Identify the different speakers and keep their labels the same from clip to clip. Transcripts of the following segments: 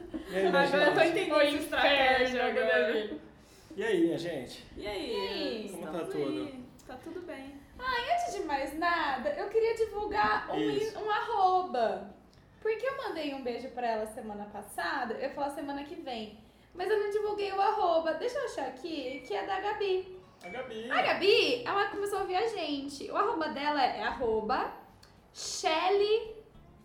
Speaker 1: Agora eu tô entendendo
Speaker 2: gente?
Speaker 3: O
Speaker 1: essa estratégia
Speaker 3: inferno né? agora.
Speaker 1: agora.
Speaker 2: E aí, minha gente?
Speaker 1: E aí?
Speaker 3: E aí?
Speaker 2: Como
Speaker 1: Estamos
Speaker 2: tá tudo?
Speaker 1: aí. Tá tudo bem.
Speaker 3: Antes de mais nada, eu queria divulgar um, i-
Speaker 2: Isso.
Speaker 3: um arroba. Porque eu mandei um beijo pra ela semana passada, eu ia falar semana que vem. Mas eu não divulguei o arroba. Deixa eu achar aqui, que é da Gabi.
Speaker 2: A Gabi.
Speaker 3: A Gabi, ela começou a ouvir a gente. O arroba dela é arroba Shelly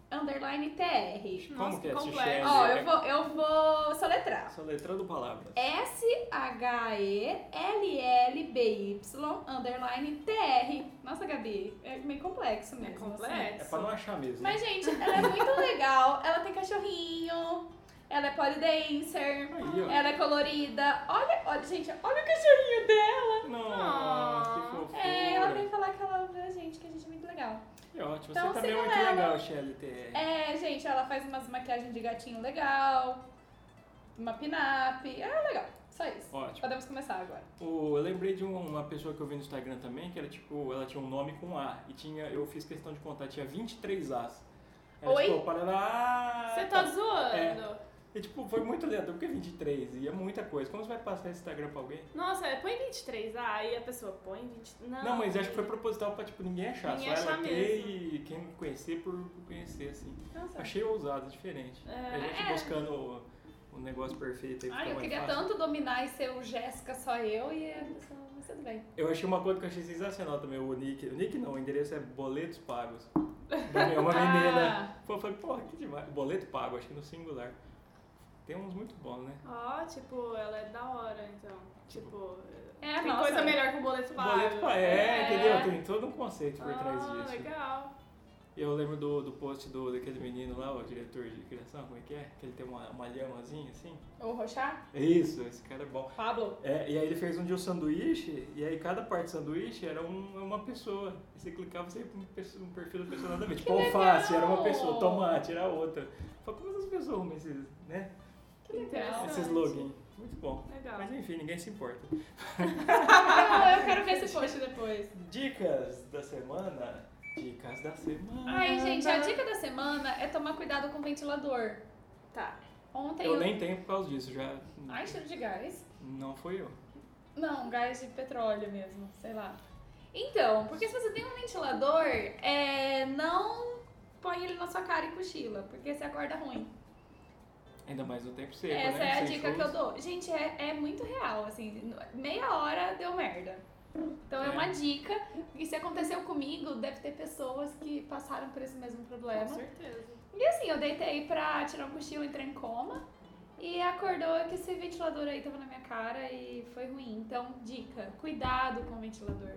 Speaker 3: underline TR.
Speaker 2: Como
Speaker 1: Nossa,
Speaker 2: que é esse
Speaker 1: complexo.
Speaker 2: chefe?
Speaker 3: Ó, eu vou, É eu vou soletrar.
Speaker 2: Soletrando palavras.
Speaker 3: S-H-E-L-L-B-Y underline TR. Nossa, Gabi, é meio complexo mesmo. assim.
Speaker 2: É pra não achar mesmo. né?
Speaker 3: Mas, gente, ela é muito legal. Ela tem cachorrinho, ela é polydancer,
Speaker 2: Aí, ó.
Speaker 3: ela é colorida. Olha, olha, gente, olha o cachorrinho dela.
Speaker 2: Nossa, que fofura.
Speaker 3: É, ela vem falar que ela ouve a gente, que a gente é muito legal.
Speaker 2: Que ótimo.
Speaker 3: Então,
Speaker 2: Você também é
Speaker 3: sigam
Speaker 2: muito
Speaker 3: ela.
Speaker 2: legal, Shelly TR.
Speaker 3: É, gente, ela faz umas maquiagens de gatinho legal, uma pin-up. É legal, só isso.
Speaker 2: Ótimo.
Speaker 3: Podemos começar agora.
Speaker 2: O- eu lembrei de um, uma pessoa que eu vi no Instagram também, que era tipo, ela tinha um nome com A. E tinha, eu fiz questão de contar, tinha 23 As. Era
Speaker 3: Oi?
Speaker 2: tipo, parará, ah,
Speaker 1: Você tá zoando?
Speaker 2: E tipo, foi muito lento, porque 23 e é muita coisa. Como você vai passar esse Instagram pra alguém?
Speaker 1: Nossa, é, põe 23. Ah, aí a pessoa põe 23. Não,
Speaker 2: Não, mas acho que foi proposital pra tipo, ninguém achar.
Speaker 1: Ninguém
Speaker 2: só
Speaker 1: achar
Speaker 2: ela ter
Speaker 1: mesmo. Tá.
Speaker 2: e quem me conhecer por por conhecer, assim.
Speaker 3: Nossa.
Speaker 2: Achei ousado, diferente.
Speaker 1: É.
Speaker 2: a gente
Speaker 3: É.
Speaker 2: buscando o, o negócio perfeito aí fica
Speaker 3: Ai, eu
Speaker 2: mais
Speaker 3: queria
Speaker 2: é fácil.
Speaker 3: tanto dominar e ser o Jéssica só eu e a pessoa, mas tudo bem.
Speaker 2: Eu achei uma coisa que eu achei sensacional também, o nick. O nick não, o endereço é boletos pagos. É uma
Speaker 1: Ah.
Speaker 3: Ah,
Speaker 2: menina. Pô, eu falei, porra, que demais. Boleto pago, acho que no singular. Tem uns muito bons, né?
Speaker 1: Ó, tipo, ela é da hora, então. Tipo,
Speaker 3: É,
Speaker 1: tem
Speaker 3: nossa.
Speaker 1: coisa melhor que o boleto pago.
Speaker 2: boleto pago. É,
Speaker 3: É.
Speaker 2: entendeu? Tem todo um conceito por trás
Speaker 1: Ah,
Speaker 2: disso.
Speaker 1: legal.
Speaker 2: Eu lembro do, do post do, daquele menino lá, o diretor de criação, como é que é? Que ele tem uma, uma lhamazinha assim.
Speaker 3: O Rochá?
Speaker 2: Isso, esse cara é bom.
Speaker 3: Pablo?
Speaker 2: É, e aí ele fez um dia um sanduíche, e aí cada parte do sanduíche era um- uma pessoa. E você clicava, você ia pra um, perso- um perfil da pessoa nada a ver. Tipo,
Speaker 3: legal!
Speaker 2: alface era uma pessoa, tomate era outra. Falei, como essas pessoas arrumam esses, né?
Speaker 3: Que legal.
Speaker 1: Interessante.
Speaker 2: Esses login. Muito bom.
Speaker 1: Legal.
Speaker 2: Mas enfim, ninguém se importa.
Speaker 3: Ah, eu quero ver esse post depois.
Speaker 2: Dicas da semana. Dicas da semana.
Speaker 3: Ai, gente,
Speaker 2: tá.
Speaker 3: a dica da semana é tomar cuidado com o ventilador.
Speaker 1: Tá.
Speaker 3: Ontem
Speaker 2: Eu nem tenho por causa disso, já.
Speaker 3: Ai, cheiro de gás.
Speaker 2: Não foi eu.
Speaker 3: Não, gás de petróleo mesmo, sei lá. Então, porque se você tem um ventilador, é, não põe ele na sua cara e cochila, porque você acorda ruim.
Speaker 2: Ainda mais no tempo seco,
Speaker 3: Essa
Speaker 2: né?
Speaker 3: é a
Speaker 2: Sem
Speaker 3: dica
Speaker 2: shows.
Speaker 3: que eu dou. Gente, é, é muito real, assim, meia hora deu merda. Então é,
Speaker 2: É.
Speaker 3: uma dica. E se aconteceu comigo, deve ter pessoas que passaram por esse mesmo
Speaker 1: Com
Speaker 3: problema.
Speaker 1: certeza.
Speaker 3: E assim, eu deitei pra tirar um cochilo, entrei em coma. E acordou que esse ventilador aí tava na minha cara e foi ruim. Então, dica, cuidado com o ventilador.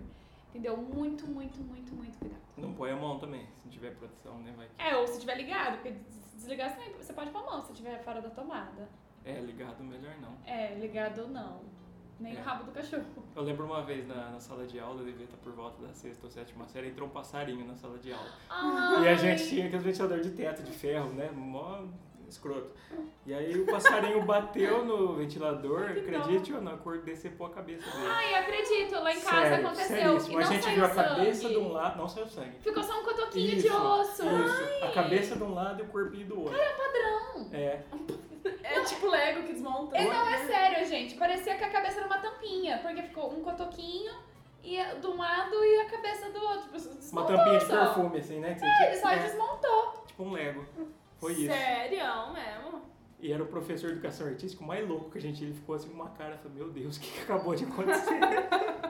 Speaker 3: Entendeu? Muito, muito, muito, muito cuidado.
Speaker 2: Não põe a mão também, se não tiver proteção, né? Vai que...
Speaker 3: É, ou se tiver ligado, porque se desligar você você pode pôr a mão se tiver fora da tomada.
Speaker 2: É, ligado melhor não.
Speaker 3: É, ligado ou não. Nem
Speaker 2: É.
Speaker 3: o rabo do cachorro.
Speaker 2: Eu lembro uma vez na, na sala de aula, devia estar por volta da sexta ou sétima série, entrou um passarinho na sala de aula. E a gente tinha aquele ventilador de teto de ferro, né? Mó escroto. E aí o passarinho bateu no ventilador,
Speaker 1: Que dó.
Speaker 2: acredite ou não, acor- decepou a cabeça dele.
Speaker 3: Ai, acredito, lá em casa
Speaker 2: Sério,
Speaker 3: aconteceu.
Speaker 2: seríssimo.
Speaker 3: e não
Speaker 2: a gente
Speaker 3: saiu
Speaker 2: viu a
Speaker 3: sangue.
Speaker 2: cabeça de um lado, não saiu sangue.
Speaker 3: Ficou só um cotoquinho de osso.
Speaker 2: Isso.
Speaker 3: Ai.
Speaker 2: A cabeça de um lado e o corpinho do outro.
Speaker 3: É padrão.
Speaker 2: É.
Speaker 1: É tipo Lego que desmonta.
Speaker 3: É, não, é sério, gente. Parecia que a cabeça era uma tampinha, porque ficou um cotoquinho e a- de um lado e a cabeça do outro. Tipo, Desmontou
Speaker 2: Uma tampinha de
Speaker 3: só.
Speaker 2: perfume, assim, né? que você
Speaker 3: É,
Speaker 2: tinha-
Speaker 3: ele só
Speaker 2: é,
Speaker 3: desmontou.
Speaker 2: Tipo um Lego. Foi isso.
Speaker 1: Sério mesmo?
Speaker 2: E era o professor de educação artística mais louco que a gente. Ele ficou assim com uma cara, falou, meu Deus, o que, que acabou de acontecer?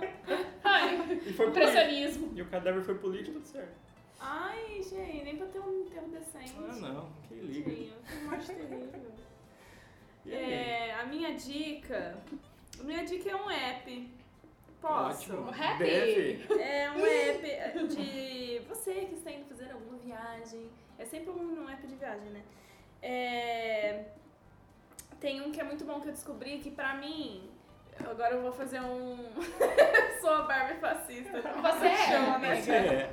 Speaker 3: Ai,
Speaker 2: e foi pro lixo.
Speaker 3: impressionismo.
Speaker 2: E o cadáver foi pro lixo, tudo certo.
Speaker 1: Ai, gente, nem pra ter um enterro decente.
Speaker 2: Ah, não, que liga.
Speaker 1: Tadinho, que morte terrível.
Speaker 2: E aí?
Speaker 1: É, a minha dica. A minha dica é um app. Posso?
Speaker 2: Tá Ótimo.
Speaker 3: Happy.
Speaker 2: Deve.
Speaker 1: É um app de você que está indo fazer alguma viagem. É sempre um, um app de viagem, né? É, tem um que é muito bom que eu descobri que pra mim. Agora eu vou fazer um. Sou a Barbie fascista.
Speaker 3: Você é.
Speaker 1: né?
Speaker 2: Mas, é.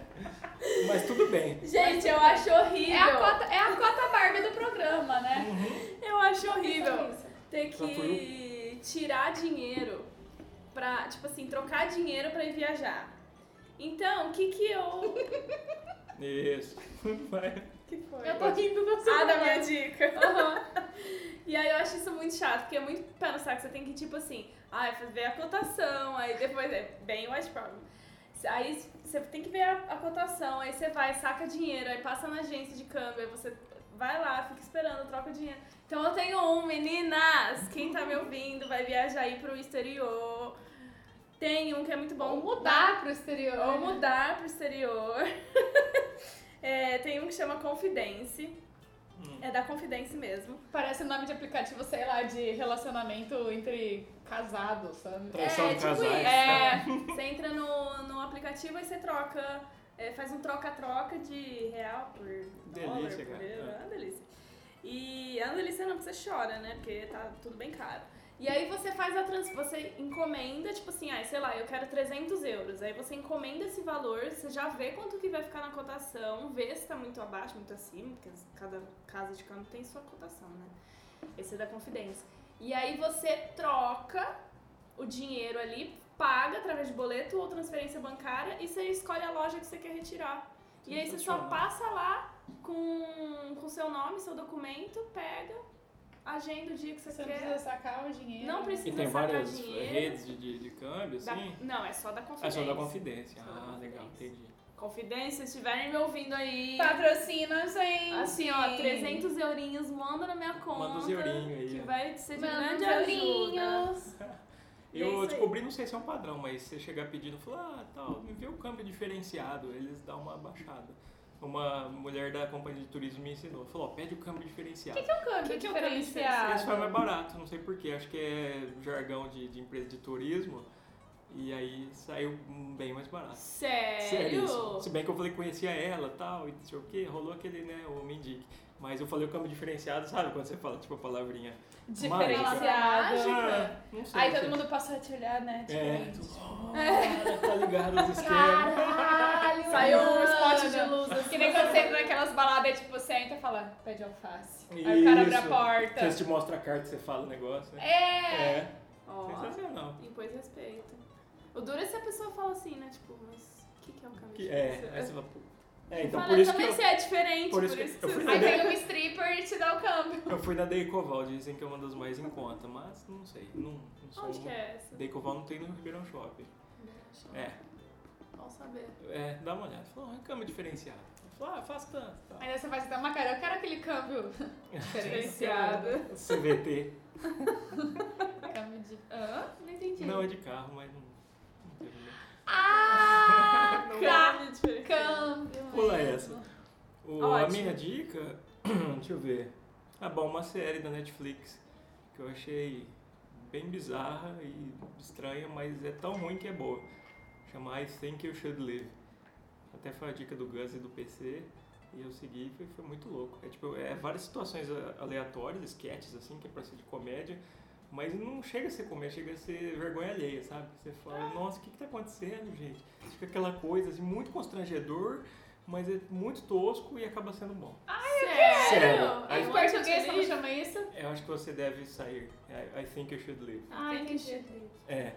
Speaker 2: Mas tudo bem.
Speaker 1: Gente, eu acho horrível.
Speaker 3: É a, cota, é a cota Barbie do programa, né?
Speaker 2: Hum.
Speaker 1: Eu acho horrível.
Speaker 3: Isso.
Speaker 1: ter
Speaker 2: Já
Speaker 1: que tirar dinheiro pra, tipo assim, trocar dinheiro pra ir viajar. Então, o que que eu...
Speaker 2: Isso. Vai.
Speaker 1: que foi?
Speaker 3: Eu tô rindo do seu
Speaker 1: Ah, da minha
Speaker 3: programa.
Speaker 1: dica.
Speaker 3: Aham.
Speaker 1: E E aí eu acho isso muito chato, porque é muito pé no saco. Você tem que, tipo assim, ah, ver a cotação, aí depois é bem white problem. Aí você tem que ver a, a cotação, aí você vai, saca dinheiro, aí passa na agência de câmbio, aí você vai lá, fica esperando, troca o dinheiro. Então eu tenho um, meninas! Quem tá me ouvindo vai viajar aí pro exterior. Tem um que é muito bom.
Speaker 3: Ou mudar né? pro exterior.
Speaker 1: Ou mudar pro exterior. É, tem um que chama Confidence.
Speaker 2: Hum.
Speaker 1: É da Confidence mesmo.
Speaker 3: Parece um nome de aplicativo, sei lá, de relacionamento entre casados, sabe?
Speaker 2: Traição
Speaker 1: é,
Speaker 2: de
Speaker 1: tipo
Speaker 2: casais.
Speaker 1: É, você entra no, no aplicativo e você troca, é, faz um troca-troca de real por dólar,
Speaker 2: Delícia,
Speaker 1: por
Speaker 2: cara.
Speaker 1: euro,
Speaker 2: É.
Speaker 1: é uma delícia. E é uma delícia não, porque você chora, né, porque tá tudo bem caro. E aí você faz a trans... você encomenda, tipo assim, ah, sei lá, eu quero 300 euros. Aí você encomenda esse valor, você já vê quanto que vai ficar na cotação, vê se tá muito abaixo, muito acima, porque cada casa de câmbio tem sua cotação, né? Esse é da Confidência. E aí você troca o dinheiro ali, paga através de boleto ou transferência bancária e você escolhe a loja que você quer retirar. E aí você só
Speaker 2: Sensacional.
Speaker 1: passa lá com o seu nome, seu documento, pega, agenda o dia que você,
Speaker 3: Você não
Speaker 1: quer.
Speaker 3: precisa sacar o dinheiro.
Speaker 1: Não precisa
Speaker 2: E tem
Speaker 1: sacar
Speaker 2: várias
Speaker 1: dinheiro.
Speaker 2: redes de, de, de câmbio,
Speaker 1: Da-
Speaker 2: assim?
Speaker 1: Não, é só da
Speaker 2: É
Speaker 1: Confidência.
Speaker 2: só da Confidência.
Speaker 1: Só da
Speaker 2: Ah, legal,
Speaker 1: Confidência.
Speaker 2: entendi.
Speaker 1: Confidência, se estiverem me ouvindo aí.
Speaker 3: Patrocina, gente!
Speaker 1: Assim, ó, 300 eurinhos, manda na minha conta.
Speaker 2: Manda os eurinhos aí,
Speaker 1: Que
Speaker 2: ó.
Speaker 1: vai ser de
Speaker 3: Manda
Speaker 1: grande
Speaker 3: uns
Speaker 1: ajuda.
Speaker 3: eurinhos.
Speaker 1: E é isso
Speaker 2: Eu
Speaker 1: aí.
Speaker 2: descobri, não sei se é um padrão, mas você chegar pedindo e falar, ah, tal, me vê o câmbio diferenciado, eles dão uma baixada. Uma mulher da companhia de turismo me ensinou, falou, ó, pede o câmbio diferenciado.
Speaker 3: O que é o câmbio
Speaker 1: Que que é o câmbio
Speaker 3: diferenciado?
Speaker 2: Esse foi mais barato, não sei porquê, acho que é jargão de, de empresa de turismo, e aí saiu hum, bem mais barato.
Speaker 1: Sério?
Speaker 2: isso. Se bem que eu falei que conhecia ela tal, e não sei o quê, rolou aquele, né, o mendic. Mas eu falei o câmbio diferenciado, sabe, quando você fala, tipo, a palavrinha.
Speaker 3: Diferenciado.
Speaker 2: Ah, não sei.
Speaker 3: Aí todo
Speaker 2: sei.
Speaker 3: mundo passou a te olhar, né? Tipo,
Speaker 2: É,
Speaker 3: gente,
Speaker 2: tu- tá ligado nos esquemas.
Speaker 3: Caralho!
Speaker 1: Saiu um
Speaker 3: mano.
Speaker 1: spot de luz assim.
Speaker 3: Que nem quando você entra naquelas baladas, tipo, você entra e fala, pede alface. Aí o cara abre a
Speaker 2: Isso.
Speaker 3: porta.
Speaker 2: Vocês te mostram a carta e você fala o negócio, né?
Speaker 3: É!
Speaker 1: Ó,
Speaker 2: Sensacional.
Speaker 1: impôs respeito. O duro é se a pessoa fala assim, né? Tipo, mas o que, que é um caminho?
Speaker 2: Que, é,
Speaker 1: diferente?
Speaker 2: aí você fala, pô. É, então
Speaker 1: Fala,
Speaker 2: por isso que
Speaker 1: também
Speaker 2: eu,
Speaker 1: você é diferente,
Speaker 2: por isso que eu fui
Speaker 1: você-
Speaker 3: Aí vem um stripper e te dá o câmbio.
Speaker 2: eu fui na Deicoval, dizem que é uma das mais em conta, mas não sei, não, não sou.
Speaker 1: Onde que é essa?
Speaker 2: Deicoval não tem no Ribeirão Shopping.
Speaker 1: Deixa eu-
Speaker 2: É,
Speaker 1: Bom saber.
Speaker 2: é, dá uma olhada. Falou, ah, câmbio diferenciado. Falou, ah, faço tanto. Tá.
Speaker 3: Ainda você faz até uma cara, eu quero aquele câmbio diferenciado.
Speaker 2: CVT.
Speaker 3: câmbio de... Hã? Não entendi.
Speaker 2: Não é de carro, mas não, não tem problema.
Speaker 3: Ah! ca-
Speaker 1: Carne é diferente.
Speaker 3: Câmbio!
Speaker 2: Pula essa. O- a
Speaker 1: Ótimo.
Speaker 2: minha dica, deixa eu ver. Ah, bom, uma série da Netflix que eu achei bem bizarra e estranha, mas é tão ruim que é boa. Chama I Think You Should Live. Até foi a dica do Gus e do PC e eu segui e foi, foi muito louco. É tipo, é várias situações a- aleatórias, sketches assim, que é pra ser de comédia, mas não chega a ser comédia, chega a ser vergonha alheia, sabe? Você fala, nossa, o que que tá acontecendo, gente? Fica aquela coisa assim, muito constrangedor, mas é muito tosco e acaba sendo bom.
Speaker 1: Sério?
Speaker 2: Sério.
Speaker 1: Aí
Speaker 3: Em
Speaker 1: o
Speaker 3: português,
Speaker 1: português
Speaker 3: como
Speaker 1: não
Speaker 3: chama isso?
Speaker 2: Eu acho que você deve sair. I, I think you should leave.
Speaker 3: Ah, entendi.
Speaker 2: É.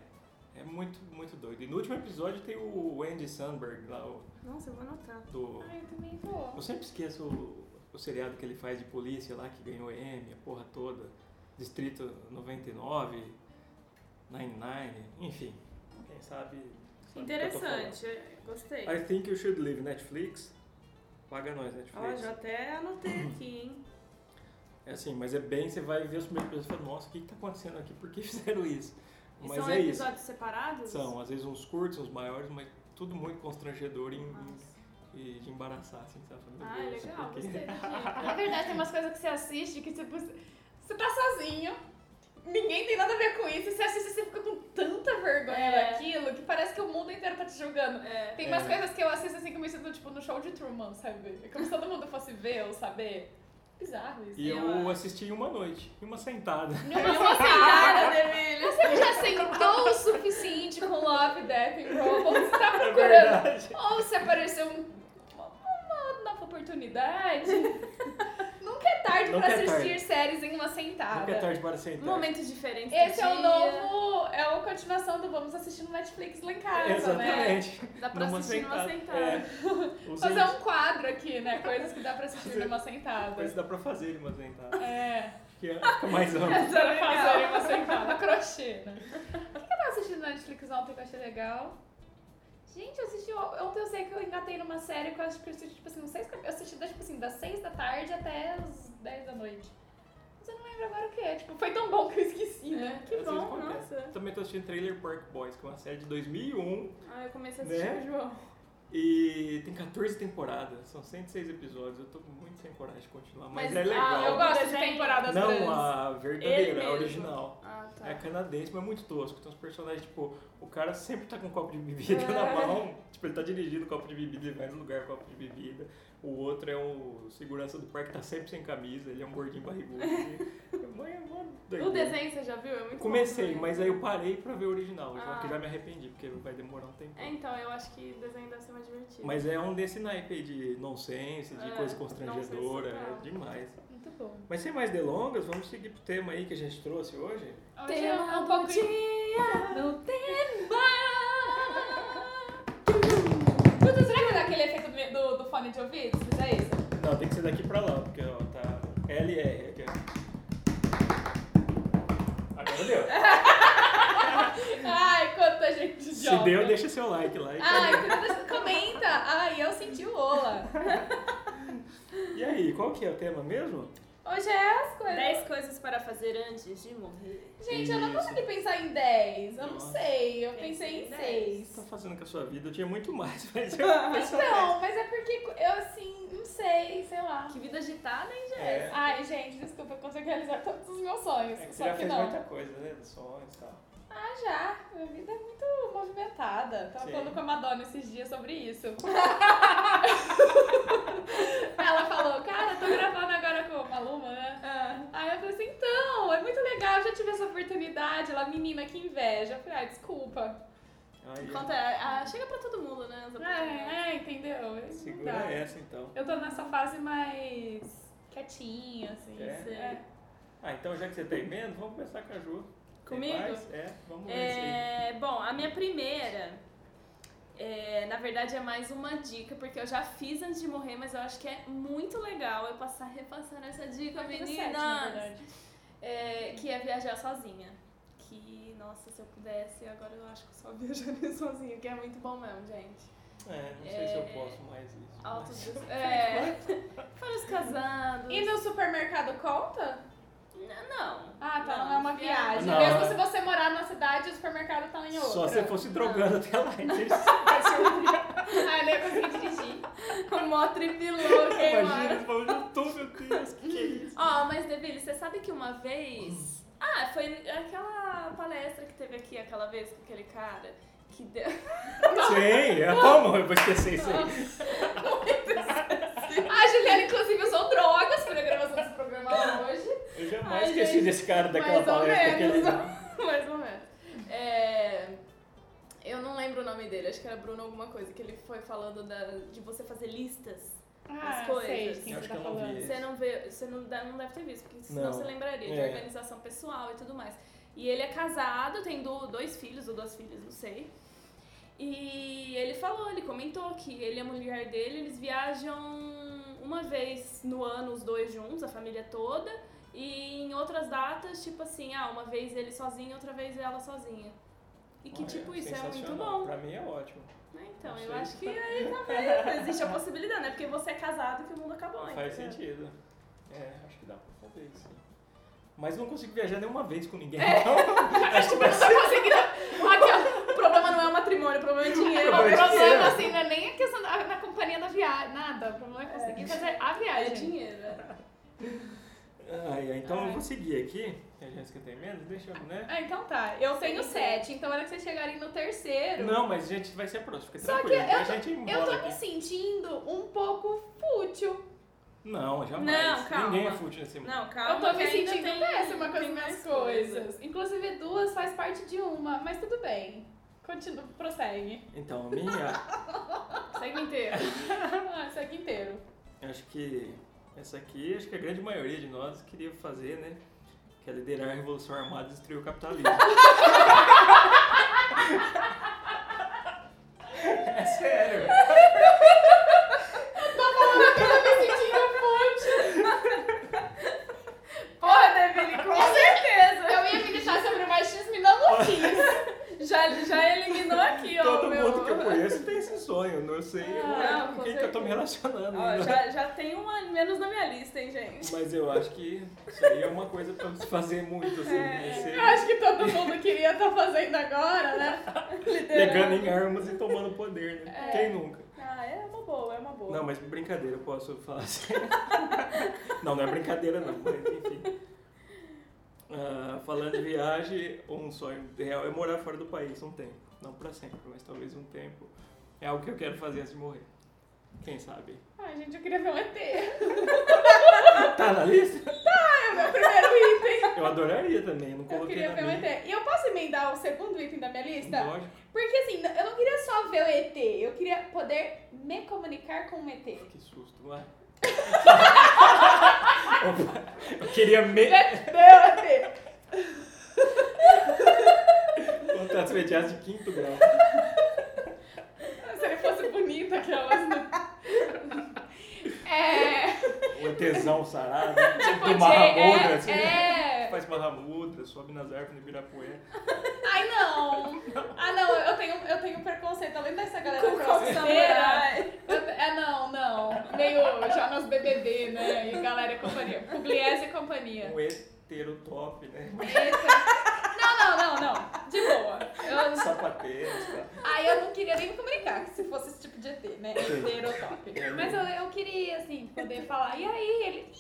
Speaker 2: É muito, muito doido. E no último episódio tem o Andy Sandberg lá, o,
Speaker 1: Nossa, eu vou anotar.
Speaker 2: do.
Speaker 3: Ai, eu também vou.
Speaker 2: Eu sempre esqueço o, o seriado que ele faz de polícia lá, que ganhou M, a porra toda. Distrito 99, 99, enfim. Quem sabe. sabe o que eu tô falando.
Speaker 1: Interessante, é, gostei.
Speaker 2: I think you should leave Netflix. Paga nós, Netflix.
Speaker 1: Ó, já até anotei aqui, hein?
Speaker 2: É assim, mas é bem, você vai ver os primeiros episódios e fala, nossa, o que, que tá acontecendo aqui? Por que fizeram isso?
Speaker 1: E
Speaker 2: Mas
Speaker 1: são
Speaker 2: é isso.
Speaker 1: episódios separados?
Speaker 2: São, às vezes uns curtos, uns maiores, mas tudo muito
Speaker 1: Ah,
Speaker 2: constrangedor e,
Speaker 1: Nossa.
Speaker 2: e de embaraçar, assim, sabe? Meu
Speaker 1: Ah,
Speaker 2: Deus,
Speaker 1: legal,
Speaker 2: por quê?
Speaker 1: gostei da
Speaker 3: Na
Speaker 1: dica.
Speaker 3: verdade, tem umas coisas que você assiste que tipo, você tá sozinho, ninguém tem nada a ver com isso, e você assiste e você fica com tanta vergonha
Speaker 1: É.
Speaker 3: daquilo que parece que o mundo inteiro tá te julgando.
Speaker 1: É.
Speaker 3: Tem umas
Speaker 2: É.
Speaker 3: coisas que eu assisto assim que eu me sinto tipo no show de Truman, sabe? É como se todo mundo fosse ver ou saber. Bizarro isso.
Speaker 2: E
Speaker 1: Eu
Speaker 2: eu
Speaker 1: acho.
Speaker 2: assisti em uma noite, em uma sentada.
Speaker 1: Uma sentada, Demília.
Speaker 3: Você já sentou o suficiente com Love, Death and Robots? Tá
Speaker 2: É
Speaker 3: procurando
Speaker 2: verdade.
Speaker 3: Ou se apareceu um- uma, uma nova oportunidade, nunca é tarde tarde
Speaker 2: Nunca
Speaker 3: pra
Speaker 2: é
Speaker 3: assistir
Speaker 2: tarde.
Speaker 3: séries em uma sentada.
Speaker 2: Nunca é tarde para sentar.
Speaker 1: Momentos diferentes. do
Speaker 3: Esse é o
Speaker 1: dia.
Speaker 3: novo. É a continuação do Vamos Assistir no Netflix lá em casa, né?
Speaker 2: Exatamente.
Speaker 1: Dá pra
Speaker 2: Numa
Speaker 1: assistir numa sentada.
Speaker 2: É. Usem
Speaker 3: Fazer
Speaker 2: isso.
Speaker 3: um quadro aqui, né? Coisas que dá pra assistir numa sentada.
Speaker 2: Mas dá pra fazer de uma sentada.
Speaker 3: É.
Speaker 2: Que é- fica mais amplo.
Speaker 3: Essa era
Speaker 1: Legal.
Speaker 3: fazer uma sentada. Crochê, né? O que que eu tava assistindo na Netflix ontem que eu achei legal? Gente, eu assisti. Ontem eu sei que eu engatei numa série que eu acho que eu assisti, tipo assim, uns seis cap- Eu assisti das, tipo assim, das seis da tarde até as 10 da noite. Mas eu não lembro agora o que é. Tipo, foi tão bom que eu esqueci, né?
Speaker 1: Que
Speaker 2: Às vezes
Speaker 1: bom,
Speaker 2: acontece.
Speaker 1: nossa.
Speaker 2: Também tô assistindo Trailer Park Boys, que é uma série de 2001
Speaker 1: Ah, eu comecei a assistir
Speaker 2: Né?
Speaker 1: com o João.
Speaker 2: e tem 14 temporadas. São 106 episódios. Eu tô muito sem coragem de continuar, mas,
Speaker 1: Mas,
Speaker 2: é
Speaker 1: ah,
Speaker 2: legal.
Speaker 3: Eu gosto de
Speaker 1: Desenho.
Speaker 3: temporadas
Speaker 2: Não
Speaker 3: grandes.
Speaker 2: a
Speaker 1: Ele
Speaker 2: verdadeira, a
Speaker 1: mesmo.
Speaker 2: original.
Speaker 1: Ah, tá.
Speaker 2: É canadense, mas é muito tosco. Tem uns personagens, tipo, o cara sempre tá com um copo de bebida
Speaker 1: É.
Speaker 2: na mão. Tipo, ele tá dirigindo um copo de bebida em vários lugares, copo de bebida. O outro é o segurança do parque, tá sempre sem camisa. Ele é um gordinho barrigudo. Mãe, é mó doideira.
Speaker 1: O desenho você já viu? É muito bom
Speaker 2: Comecei,
Speaker 1: também.
Speaker 2: mas aí eu parei pra ver o original, já
Speaker 1: Ah.
Speaker 2: que já me arrependi, porque vai demorar um tempo.
Speaker 1: É, então, eu acho que desenho deve ser mais divertido.
Speaker 2: Mas é um desse naipe aí de nonsense, de
Speaker 1: É,
Speaker 2: coisa
Speaker 1: nonsense
Speaker 2: constrangedora,
Speaker 1: total.
Speaker 2: é demais.
Speaker 3: Muito bom.
Speaker 2: Mas sem mais delongas, vamos seguir pro tema aí que a gente trouxe hoje.
Speaker 3: Hoje é
Speaker 1: Tema
Speaker 3: um
Speaker 1: do
Speaker 3: pouco
Speaker 1: dia!
Speaker 3: No tempo! Puta, será que dá aquele efeito do, do, do fone de ouvido? Se fizer isso?
Speaker 2: Não, tem que ser daqui pra lá, porque ó, tá LR aqui, ó. Agora deu.
Speaker 3: Ai, quanta gente
Speaker 2: Se
Speaker 3: idiota.
Speaker 2: deu, deixa seu like lá. e
Speaker 3: Ai, quanta gente- comenta. Ai, eu senti o Ola.
Speaker 2: E aí, qual que é o tema mesmo?
Speaker 3: Hoje é as coisas.
Speaker 1: 10 coisas para fazer antes de morrer.
Speaker 3: Gente, eu não
Speaker 2: Isso.
Speaker 3: consegui pensar em 10. Eu não
Speaker 2: Nossa.
Speaker 3: sei. Eu
Speaker 1: Tem
Speaker 3: pensei
Speaker 1: que
Speaker 3: em
Speaker 1: ser dez.
Speaker 3: 6.
Speaker 2: Tá fazendo com a sua vida? Eu tinha muito mais, mas eu foi só
Speaker 3: Então, mas é porque eu assim, não sei, sei lá.
Speaker 1: Que vida agitada, hein, gente?
Speaker 2: É.
Speaker 3: Ai, gente, desculpa, eu consigo realizar todos os meus sonhos.
Speaker 2: É que você
Speaker 3: só
Speaker 2: já
Speaker 3: que
Speaker 2: fez
Speaker 3: não.
Speaker 2: muita coisa, né? Dos sonhos e tal.
Speaker 3: Ah, já. Minha vida é muito movimentada. Tava
Speaker 2: Sim.
Speaker 3: falando com a Madonna esses dias sobre isso. Ela falou, cara, tô gravando agora com a Maluma, né?
Speaker 2: Ah.
Speaker 3: Aí eu falei assim, então, é muito legal, eu já tive essa oportunidade. Ela, menina, que inveja. Eu falei, ai, desculpa.
Speaker 2: Aí,
Speaker 1: Conta, ah, chega pra todo mundo, né? as oportunidades.
Speaker 3: É, é, entendeu? Não
Speaker 2: segura
Speaker 3: dá.
Speaker 2: essa então.
Speaker 3: Eu tô nessa fase mais quietinha, assim.
Speaker 2: É?
Speaker 3: assim.
Speaker 2: Ah, então já que você tá emendo, vamos começar com a Ju. Tem
Speaker 1: Comigo?
Speaker 2: mais? É, vamos ver se-
Speaker 1: É, bom, a minha primeira, é, na verdade, é mais uma dica, porque eu já fiz antes de morrer, mas eu acho que é muito legal eu passar repassando essa dica,
Speaker 3: Mas tudo certo, na
Speaker 1: meninas.
Speaker 3: verdade.
Speaker 1: É, que é viajar sozinha. Que, nossa, se eu pudesse, agora eu acho que eu só viajaria sozinha, que é muito bom mesmo, gente.
Speaker 2: É, não sei se
Speaker 1: é,
Speaker 2: eu posso mais isso.
Speaker 1: Altos.
Speaker 2: mas-
Speaker 1: É, para os casados.
Speaker 3: E no supermercado conta?
Speaker 1: N- Não.
Speaker 3: Ah, tá, não, é uma viagem.
Speaker 2: Não.
Speaker 3: Mesmo se você morar numa cidade, o supermercado tá em outra.
Speaker 2: Só se eu fosse drogando até lá. Imagina,
Speaker 3: Ah, eu nem consegui dirigir.
Speaker 1: O mó tripilou, quem mora.
Speaker 2: vamos no YouTube, meu Deus, que que é isso?
Speaker 1: Ó, mas Deville, você sabe que uma vez. Ah, foi aquela palestra que teve aqui aquela vez com aquele cara que deu.
Speaker 2: Sim, é como eu vou esquecer isso aí.
Speaker 3: A Juliana, inclusive, usou drogas pra gravação desse programa hoje.
Speaker 2: Eu jamais
Speaker 1: Ai,
Speaker 2: esqueci
Speaker 1: gente,
Speaker 2: desse cara daquela
Speaker 1: mais ou
Speaker 2: palestra.
Speaker 1: menos.
Speaker 2: aquele-
Speaker 1: Mais ou menos. É, Eu não lembro o nome dele, acho que era Bruno alguma coisa, que ele foi falando da, de você fazer listas.
Speaker 3: Ah,
Speaker 1: coisas.
Speaker 3: sei de quem
Speaker 2: Eu
Speaker 3: você
Speaker 2: acho
Speaker 3: tá
Speaker 2: que eu não vi
Speaker 3: falando.
Speaker 2: esse.
Speaker 1: Você não vê, você não, dá- não deve ter visto, porque senão
Speaker 2: Não.
Speaker 1: você lembraria de
Speaker 2: É.
Speaker 1: organização pessoal e tudo mais. E ele é casado, tem do- dois filhos ou duas filhas, não sei. E ele falou, ele comentou que ele e a mulher dele, eles viajam uma vez no ano, os dois juntos, a família toda. E em outras datas, tipo assim, ah, uma vez ele sozinho, outra vez ela sozinha. E que,
Speaker 2: Olha,
Speaker 1: tipo, isso é muito
Speaker 2: sensacional.
Speaker 1: bom.
Speaker 2: Pra mim é ótimo.
Speaker 1: né? Então,
Speaker 2: Não
Speaker 1: eu
Speaker 2: sei.
Speaker 1: acho que aí também existe a possibilidade, né? Porque você é casado que o mundo acabou,
Speaker 2: Faz
Speaker 1: entendeu?
Speaker 2: sentido. É, acho que dá pra fazer isso. sim. Mas não consigo viajar nenhuma vez com ninguém.
Speaker 1: É.
Speaker 2: Então, acho que vai ser.
Speaker 1: Aqui, ó, o problema não é o matrimônio, o problema é dinheiro.
Speaker 3: O
Speaker 2: Não, mas
Speaker 3: problema,
Speaker 2: dinheiro.
Speaker 3: assim, não é nem a questão da, na companhia da viagem, nada. O problema é conseguir fazer a
Speaker 1: É
Speaker 3: viagem.
Speaker 1: dinheiro. é.
Speaker 2: Ai, ai, então
Speaker 3: Ai.
Speaker 1: Ah.
Speaker 2: eu vou seguir aqui. que A Jéssica tem menos, deixa eu, né?
Speaker 3: Ah, então tá. Eu tenho
Speaker 1: Sim.
Speaker 3: sete, então na hora que vocês chegarem no terceiro...
Speaker 2: Não, mas a gente vai ser próximo, fica
Speaker 3: Só
Speaker 2: tranquilo.
Speaker 3: que eu
Speaker 2: a gente
Speaker 3: Eu
Speaker 2: embola
Speaker 3: tô me
Speaker 2: aqui.
Speaker 3: sentindo um pouco fútil.
Speaker 2: Não, jamais.
Speaker 1: Não, calma.
Speaker 2: Ninguém é fútil nesse mundo.
Speaker 1: Não,
Speaker 3: Eu
Speaker 1: calma.
Speaker 3: tô me
Speaker 1: que ainda
Speaker 3: sentindo
Speaker 1: tem-
Speaker 3: péssima com as
Speaker 1: tem
Speaker 3: minhas
Speaker 1: mais
Speaker 3: coisas. Inclusive, duas faz parte de uma, mas tudo bem. Continua, prossegue.
Speaker 2: Então, a minha,
Speaker 1: Segue inteiro.
Speaker 3: Ah, segue inteiro.
Speaker 2: acho que Essa aqui, acho que a grande maioria de nós queria fazer, né? Que é liderar a Revolução Armada e destruir o capitalismo. é sério.
Speaker 3: Tô falando que eu tô me sentindo forte.
Speaker 1: Porra, Devine, com certeza.
Speaker 3: Eu ia me deixar sobre o machismo e não no
Speaker 1: Já, já eliminou aqui, ó.
Speaker 2: Todo
Speaker 1: o meu...
Speaker 2: mundo que eu conheço tem esse sonho. Não sei
Speaker 1: Ah,
Speaker 2: eu-
Speaker 1: com
Speaker 2: com quem que eu tô me
Speaker 1: certeza.
Speaker 2: relacionando. né?
Speaker 1: Ó,
Speaker 2: ainda.
Speaker 1: já, já tem um a menos na minha lista, hein, gente?
Speaker 2: Mas eu acho que isso aí é uma coisa pra se fazer muito, assim.
Speaker 1: É.
Speaker 2: É. Ser
Speaker 3: Eu acho que todo mundo queria estar fazendo agora, né?
Speaker 2: pegando
Speaker 3: Liderando.
Speaker 2: em armas e tomando poder, né?
Speaker 3: É.
Speaker 2: Quem nunca?
Speaker 1: Ah, é uma boa, é uma boa.
Speaker 2: Não, mas brincadeira, eu posso falar assim. não, não é brincadeira não, mas enfim. Ah, falando de viagem, um sonho real é morar fora do país um tempo. Não pra sempre, mas talvez um tempo. É algo que eu quero fazer antes de morrer. Quem sabe?
Speaker 3: Ai, gente, eu queria ver um ET.
Speaker 2: Tá na lista?
Speaker 3: É o meu primeiro item.
Speaker 2: Eu adoraria também, eu não
Speaker 3: Eu
Speaker 2: coloquei
Speaker 3: queria
Speaker 2: na
Speaker 3: ver um
Speaker 2: minha.
Speaker 3: ET. E eu posso emendar o segundo item da minha lista?
Speaker 2: Lógico,
Speaker 3: Porque assim, eu não queria só ver o ET, eu queria poder me comunicar com o ET.
Speaker 2: que susto, vai. Opa, eu queria me...
Speaker 3: Meu ET!
Speaker 2: Contatos imediatos de quinto grau.
Speaker 3: Se ele fosse bonito, aquelas. né? É.
Speaker 2: O Um tesão sarado,
Speaker 3: Tipo,
Speaker 2: do Barra
Speaker 3: Jay-
Speaker 2: Moura, assim.
Speaker 3: é, é.
Speaker 2: Faz Mahamudra, sobe nas árvores no Ibirapuera.
Speaker 3: Ai, não! Ah, não, eu tenho, eu tenho um preconceito. Além dessa galera
Speaker 1: Com qual
Speaker 3: crossfiteira,
Speaker 1: samurai?
Speaker 3: eu- É, não, não. Meio já nos BBB, né? E galera e companhia. Pugliese e companhia.
Speaker 2: Um hétero top, né?
Speaker 3: Esse- Não, não, não, não. De boa. Eu-
Speaker 2: Sapateiro, tá?
Speaker 3: Aí eu não queria nem me comunicar se fosse esse tipo de ET, né?
Speaker 2: Sim.
Speaker 3: Inteiro top.
Speaker 2: É,
Speaker 3: Mas eu,
Speaker 2: né?
Speaker 3: eu queria, assim, poder falar. E aí, ele.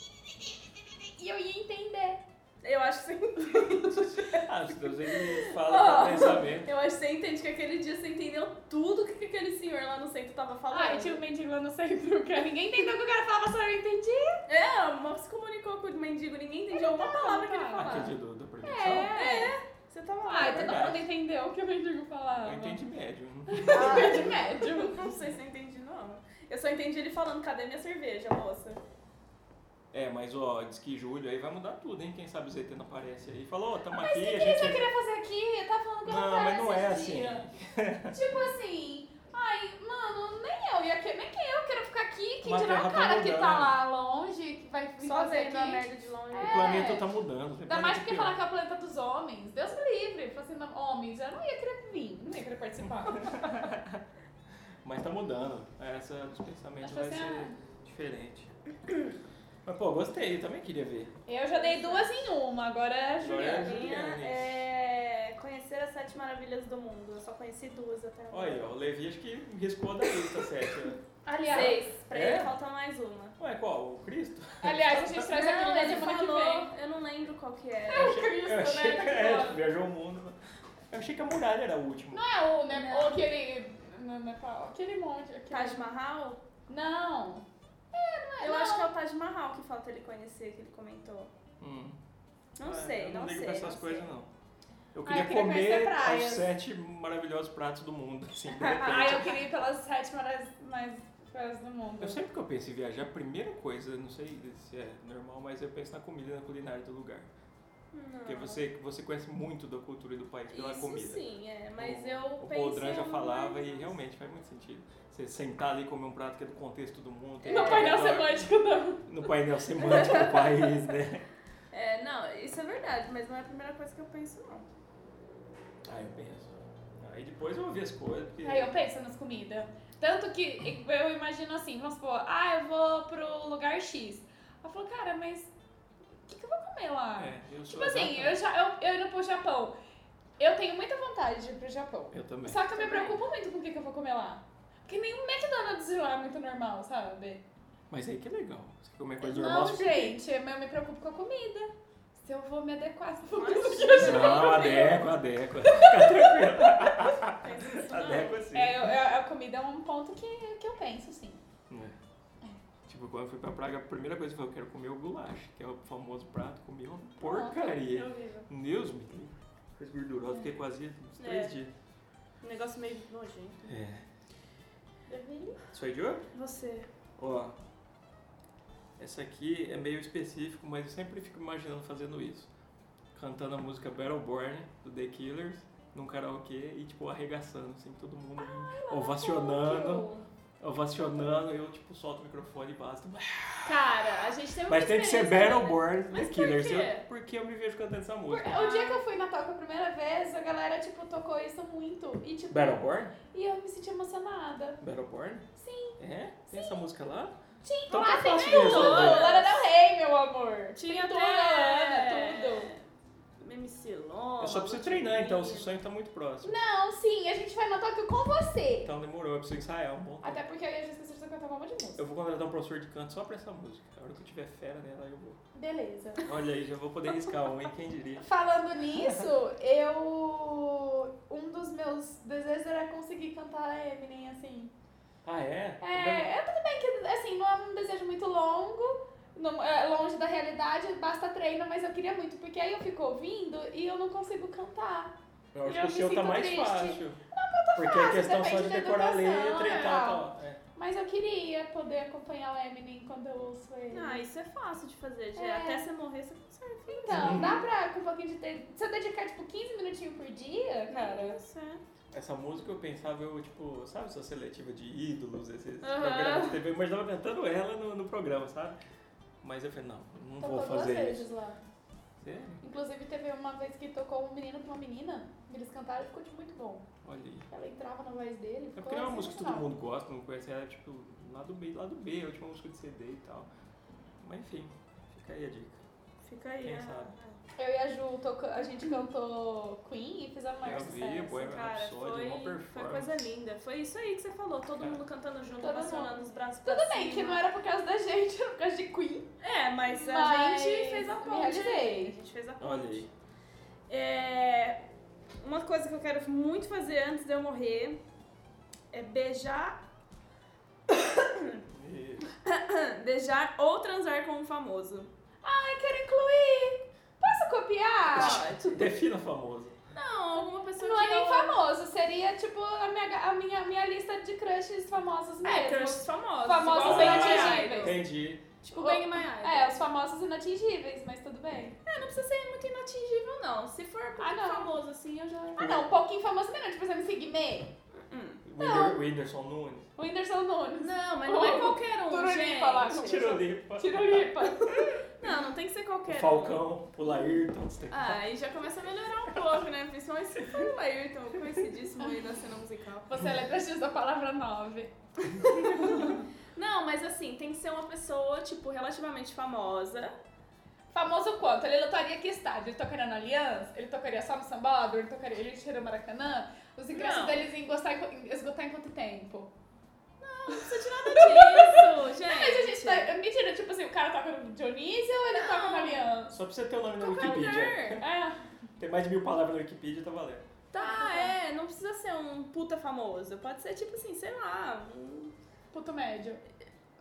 Speaker 3: E eu ia entender.
Speaker 1: Eu acho que você
Speaker 2: Ah, se Deus ele fala
Speaker 1: Oh.
Speaker 2: com pensamento.
Speaker 1: Eu acho que você entende que aquele dia você entendeu tudo que aquele senhor lá no centro tava falando.
Speaker 3: Ah, e tinha um mendigo lá no centro, que ninguém entendeu o que o cara falava, só eu entendi.
Speaker 1: É, o Mops se comunicou com o mendigo, ninguém entendeu uma palavra que ele
Speaker 3: cara.
Speaker 1: falava.
Speaker 2: Aqui de do, da projeção.
Speaker 3: Ah. É.
Speaker 1: Você tava lá.
Speaker 3: Ah,
Speaker 2: é
Speaker 3: todo
Speaker 2: verdade.
Speaker 3: mundo entendeu o que o mendigo falava.
Speaker 2: Eu entendi médio. né?
Speaker 1: Ah,
Speaker 3: Entendi médio.
Speaker 1: Não sei se eu entendi, não. Eu só entendi ele falando, cadê minha cerveja, moça?
Speaker 2: É, mas ó, diz que julho aí vai mudar tudo, hein? Quem sabe o ZT não aparece aí. Falou, ó, tamo
Speaker 3: Mas o
Speaker 2: aqui,
Speaker 3: que,
Speaker 2: a
Speaker 3: que ele
Speaker 2: gente. é
Speaker 3: só queria fazer aqui? Eu tava falando que eu
Speaker 2: Não,
Speaker 3: tava
Speaker 2: mas não é
Speaker 3: esses
Speaker 2: assim.
Speaker 3: dias. tipo assim, ai, mano, nem eu ia querer, nem que eu quero ficar aqui, que
Speaker 2: Mas a
Speaker 3: dirá
Speaker 2: terra
Speaker 3: a
Speaker 2: tá
Speaker 3: cara que tá
Speaker 2: mudando.
Speaker 3: lá longe, que vai vir fazer
Speaker 1: Sozinha
Speaker 3: aqui.
Speaker 1: na merda de longe.
Speaker 2: O planeta tá mudando.
Speaker 3: Ainda mais porque falar
Speaker 2: falar
Speaker 3: que é o planeta dos homens. Deus me livre. Falar assim, não, homens, eu não ia querer vir, não ia querer participar.
Speaker 2: Mas tá mudando. Essa dos pensamentos
Speaker 3: Acho
Speaker 2: vai
Speaker 3: assim,
Speaker 2: ser diferente. Mas pô, gostei, eu também queria ver.
Speaker 3: Eu já dei duas em uma, agora é a
Speaker 2: Agora
Speaker 3: Juliana.
Speaker 2: é a
Speaker 1: Minha
Speaker 2: Juliana, isso.
Speaker 1: é conhecer as sete maravilhas do mundo. Eu só conheci duas até agora.
Speaker 2: Olha aí, ó, o Levi acho que riscou da lista, certo? né?
Speaker 3: Aliás,
Speaker 1: Seis. Pra
Speaker 2: É?
Speaker 1: ele falta mais uma.
Speaker 2: Ué, qual? O Cristo?
Speaker 3: aliás, a gente traz aquele da
Speaker 1: ele
Speaker 3: semana que
Speaker 1: falou,
Speaker 3: vem.
Speaker 1: Eu não lembro qual que era.
Speaker 3: É o Cristo,
Speaker 2: Eu achei
Speaker 3: né?
Speaker 2: que é, tipo, viajou o mundo. Eu achei que a muralha era a última.
Speaker 3: Não é o, né? Tá,
Speaker 1: Não.
Speaker 3: Ou aquele. Não, não é qual, aquele monte. Aquele...
Speaker 1: Taj Mahal?
Speaker 3: Não. É, não é.
Speaker 1: Eu
Speaker 3: não.
Speaker 1: acho que é o Taj Mahal que falta ele conhecer, que ele comentou.
Speaker 2: Hum.
Speaker 1: Não
Speaker 2: Ah,
Speaker 1: sei,
Speaker 2: eu
Speaker 1: não,
Speaker 2: não
Speaker 1: sei.
Speaker 2: ligo pra essas
Speaker 1: não
Speaker 2: coisas,
Speaker 1: sei.
Speaker 2: não. Eu
Speaker 3: Ah,
Speaker 2: queria,
Speaker 3: eu queria conhecer
Speaker 2: comer
Speaker 3: praias.
Speaker 2: os sete maravilhosos pratos do mundo, assim, de
Speaker 3: Ah,
Speaker 2: repente.
Speaker 3: eu queria ir pelas sete maras mais feias do mundo.
Speaker 2: Eu sempre que eu penso em viajar, a primeira coisa, não sei se é normal, mas eu penso na comida, na culinária do lugar.
Speaker 1: Não.
Speaker 2: Porque você, você conhece muito da cultura e do país pela
Speaker 1: Isso
Speaker 2: comida.
Speaker 1: sim, é. Mas
Speaker 2: O-
Speaker 1: eu
Speaker 2: O
Speaker 1: penso...
Speaker 2: Podran já
Speaker 3: um
Speaker 1: mais-
Speaker 2: falava e realmente faz muito sentido. Você sentar ali e comer um prato que é do contexto do mundo. tem
Speaker 1: No
Speaker 2: muito
Speaker 3: Não
Speaker 2: ao
Speaker 3: painel
Speaker 2: redor.
Speaker 3: semântico, não.
Speaker 2: No painel semântico do país, né?
Speaker 1: É, não, isso é verdade, mas não é a primeira coisa que eu penso, não.
Speaker 2: Aí eu penso. Aí depois eu ouvi as coisas. Porque...
Speaker 3: Aí eu penso nas comidas. Tanto que eu imagino assim, vamos supor, ah, eu vou pro lugar X. Eu falo, cara, mas o que, que eu vou comer lá?
Speaker 2: É, eu sou
Speaker 3: tipo assim, eu,
Speaker 2: exatamente-
Speaker 3: já, eu, eu indo pro Japão, eu tenho muita vontade de ir pro Japão.
Speaker 2: Eu também.
Speaker 3: Só que eu me preocupo muito com o que, que eu vou comer lá. Porque nenhum McDonald's lá é muito normal, sabe?
Speaker 2: Mas aí que é legal. Você quer comer coisa normal?
Speaker 3: Não,
Speaker 2: você-
Speaker 3: gente, mas eu me preocupo com a comida. Se eu vou me adequar, se eu vou
Speaker 1: Mas-
Speaker 3: conseguir ajudar.
Speaker 2: Não, adequa, adequa.
Speaker 1: Penso isso, não.
Speaker 2: Adequa sim.
Speaker 3: É, eu- eu- a comida é um ponto que, que eu penso, sim.
Speaker 2: É. Tipo, quando eu fui pra Praga, a primeira coisa que eu falei, eu quero comer o goulash, que é o famoso prato. Comi uma porcaria.
Speaker 1: É Horrível.
Speaker 2: Deus me livre. Coisa gordurosa, fiquei quase uns três
Speaker 1: É.
Speaker 2: dias.
Speaker 1: Um negócio meio nojento.
Speaker 2: É.
Speaker 1: Vermelho?
Speaker 2: Isso aí de hoje?
Speaker 1: Você.
Speaker 2: Ó, Essa aqui é meio específico, mas eu sempre fico imaginando fazendo isso. Cantando a música Battleborn, do The Killers, num karaokê e, tipo, arregaçando, assim, todo mundo
Speaker 3: Ah,
Speaker 2: ovacionando, ovacionando, eu, tipo, solto o microfone e basta.
Speaker 1: Cara, a gente tem uma
Speaker 2: Mas tem que ser
Speaker 1: experiência, né?
Speaker 2: Battleborn, do The
Speaker 1: Mas por
Speaker 2: Killers.
Speaker 1: quê?
Speaker 2: Eu- porque eu me vejo cantando essa
Speaker 3: Por-
Speaker 2: música.
Speaker 3: O dia que eu fui na Toca a primeira vez, a galera, tipo, tocou isso muito. E, tipo,
Speaker 2: Battleborn?
Speaker 3: e eu me senti emocionada.
Speaker 2: Battleborn?
Speaker 3: Sim.
Speaker 2: É? Tem essa música lá?
Speaker 3: Sim,
Speaker 2: Então
Speaker 3: lá
Speaker 2: que
Speaker 3: tem
Speaker 2: eu faço
Speaker 3: tudo.
Speaker 2: isso, né?
Speaker 3: Lara Del Rey, meu amor.
Speaker 1: Tinha
Speaker 3: Tem
Speaker 1: até...
Speaker 3: toda a Lana, tudo.
Speaker 1: MC Loma,
Speaker 2: Eu só preciso
Speaker 1: Ludmilla.
Speaker 2: treinar, então, se o sonho tá muito próximo.
Speaker 3: Não, sim, a gente vai na Toca com você.
Speaker 2: Então demorou, eu preciso ensaiar um bom tempo.
Speaker 3: Até porque eu já esqueci de cantar uma monte de música.
Speaker 2: Eu vou contratar um professor de canto só pra essa música. A hora que eu tiver fera nela, eu vou.
Speaker 3: Beleza.
Speaker 2: Olha aí, já vou poder riscar um, hein? Quem diria?
Speaker 3: Falando nisso, eu. Um dos meus desejos era conseguir cantar a Eminem, assim.
Speaker 2: Ah, é?
Speaker 3: É, é tudo bem que, assim, não é um desejo muito longo, não- é longe da realidade, basta treino, mas eu queria muito, porque aí eu fico ouvindo e eu não consigo cantar.
Speaker 2: Eu acho
Speaker 3: eu
Speaker 2: que o
Speaker 3: me
Speaker 2: seu tá
Speaker 3: sinto
Speaker 2: mais
Speaker 3: triste.
Speaker 2: fácil. Porque é
Speaker 3: fácil,
Speaker 2: questão só de
Speaker 3: depende da
Speaker 2: decorar a
Speaker 3: educação,
Speaker 2: letra e
Speaker 3: é.
Speaker 2: tal. tal. É.
Speaker 3: Mas eu queria poder acompanhar o Eminem quando eu ouço ele.
Speaker 1: Ah, isso é fácil de fazer, Gê.
Speaker 3: É.
Speaker 1: Até você morrer, você consegue.
Speaker 3: Então, dá pra, com um pouquinho de tempo, se eu dedicar, tipo, 15 minutinhos por dia, cara...
Speaker 1: Isso é.
Speaker 2: Essa música eu pensava, eu, tipo, sabe, sua seletiva de ídolos, esses
Speaker 1: Aham.
Speaker 2: programas de TV, mas tava cantando ela no, no programa, sabe? Mas eu falei, não, não vou
Speaker 3: Tocou Então duas
Speaker 2: fazer
Speaker 3: vezes
Speaker 2: isso.
Speaker 3: lá.
Speaker 2: Sério?
Speaker 3: Inclusive, teve uma vez que tocou um menino com uma menina, eles cantaram e ficou, tipo, muito bom.
Speaker 2: Olha aí.
Speaker 3: Ela entrava na voz dele,
Speaker 2: É
Speaker 3: ficou
Speaker 2: porque não é
Speaker 1: assim,
Speaker 2: uma música que todo
Speaker 3: sensacional.
Speaker 2: mundo gosta, não conhece, é tipo lado B, lado B, é a última música de CD e tal. Mas enfim, fica aí a dica.
Speaker 1: Fica aí.
Speaker 2: Quem
Speaker 1: ah,
Speaker 2: sabe?
Speaker 1: ah.
Speaker 3: Eu e a Ju, toca- a gente cantou Queen e fizemos o maior
Speaker 2: Eu vi,
Speaker 3: sucesso.
Speaker 2: Bohemian
Speaker 1: Cara,
Speaker 2: Rhapsody, uma
Speaker 1: foi, foi
Speaker 2: performance.
Speaker 1: coisa linda. Foi isso aí que você falou. Todo
Speaker 2: Cara.
Speaker 1: mundo cantando junto,
Speaker 3: Todo
Speaker 1: apaixonando
Speaker 3: mundo.
Speaker 1: os braços pra
Speaker 3: Tudo bem,
Speaker 1: cima.
Speaker 3: que não era por causa da gente, era por causa de Queen.
Speaker 1: É, mas a
Speaker 3: Mas
Speaker 1: gente fez a
Speaker 3: me
Speaker 1: ponte. né?
Speaker 3: realizei.
Speaker 1: A gente fez a ponte.
Speaker 2: Olha aí.
Speaker 1: É, uma coisa que eu quero muito fazer antes de eu morrer é beijar,
Speaker 2: E-
Speaker 1: beijar ou transar com um famoso.
Speaker 3: Ai, quero incluir! Posso copiar?
Speaker 1: Pode.
Speaker 2: Defina famoso.
Speaker 1: Não, alguma pessoa
Speaker 3: Ah, Não
Speaker 1: que
Speaker 3: é nem
Speaker 1: eu...
Speaker 3: famoso, seria tipo a minha, a minha, minha lista de crushes famosos
Speaker 1: É,
Speaker 3: mesmo.
Speaker 1: crushes famosos.
Speaker 3: Famosos
Speaker 1: igual Bang
Speaker 3: inatingíveis.
Speaker 1: My Idol.
Speaker 2: Entendi.
Speaker 1: Tipo, Bang My Idol.
Speaker 3: É, os famosos inatingíveis, mas tudo bem.
Speaker 1: É, não precisa ser muito inatingível, não. Se for muito
Speaker 3: Ah, não.
Speaker 1: famoso assim, eu já...
Speaker 3: Ah não, um pouquinho famoso também não, tipo, você me seguir me.
Speaker 1: Hum.
Speaker 2: Winder- Whindersson Nunes.
Speaker 3: O Whindersson Nunes.
Speaker 1: Não, mas não é
Speaker 3: Oh,
Speaker 1: qualquer um,
Speaker 3: Tururipa
Speaker 1: gente.
Speaker 3: lá.
Speaker 2: Tirolipa.
Speaker 3: Tirolipa.
Speaker 1: Não, não tem que ser qualquer um.
Speaker 2: Falcão, o Laírton. você tem que-
Speaker 1: Ah, aí já começa a melhorar um pouco, né? Principalmente se for o Ayrton, é conhecidíssimo aí na cena musical.
Speaker 3: Você é letra X da palavra 9.
Speaker 1: Não, mas assim, tem que ser uma pessoa, tipo, relativamente famosa.
Speaker 3: Famoso quanto? Ele lotaria que estádio? Ele tocaria na Aliança? Ele tocaria só no Sambódromo? Ele tocaria... Ele tira o Maracanã? Os ingressos
Speaker 1: Não.
Speaker 3: deles iam gostar em- esgotar em quanto tempo?
Speaker 1: Não precisa de nada disso, gente.
Speaker 3: Não, mas a gente tá... Mentira, tipo assim, o cara toca no Dionísio ou ele toca na Aliança?
Speaker 2: Só pra você ter o nome na
Speaker 1: Qualquer
Speaker 2: Wikipedia.
Speaker 1: lugar.
Speaker 3: É.
Speaker 2: Tem mais de mil palavras na Wikipedia, tá valendo.
Speaker 1: Tá, é, não precisa ser um puta famoso. Pode ser, tipo assim, sei lá. um-
Speaker 3: Puto médio.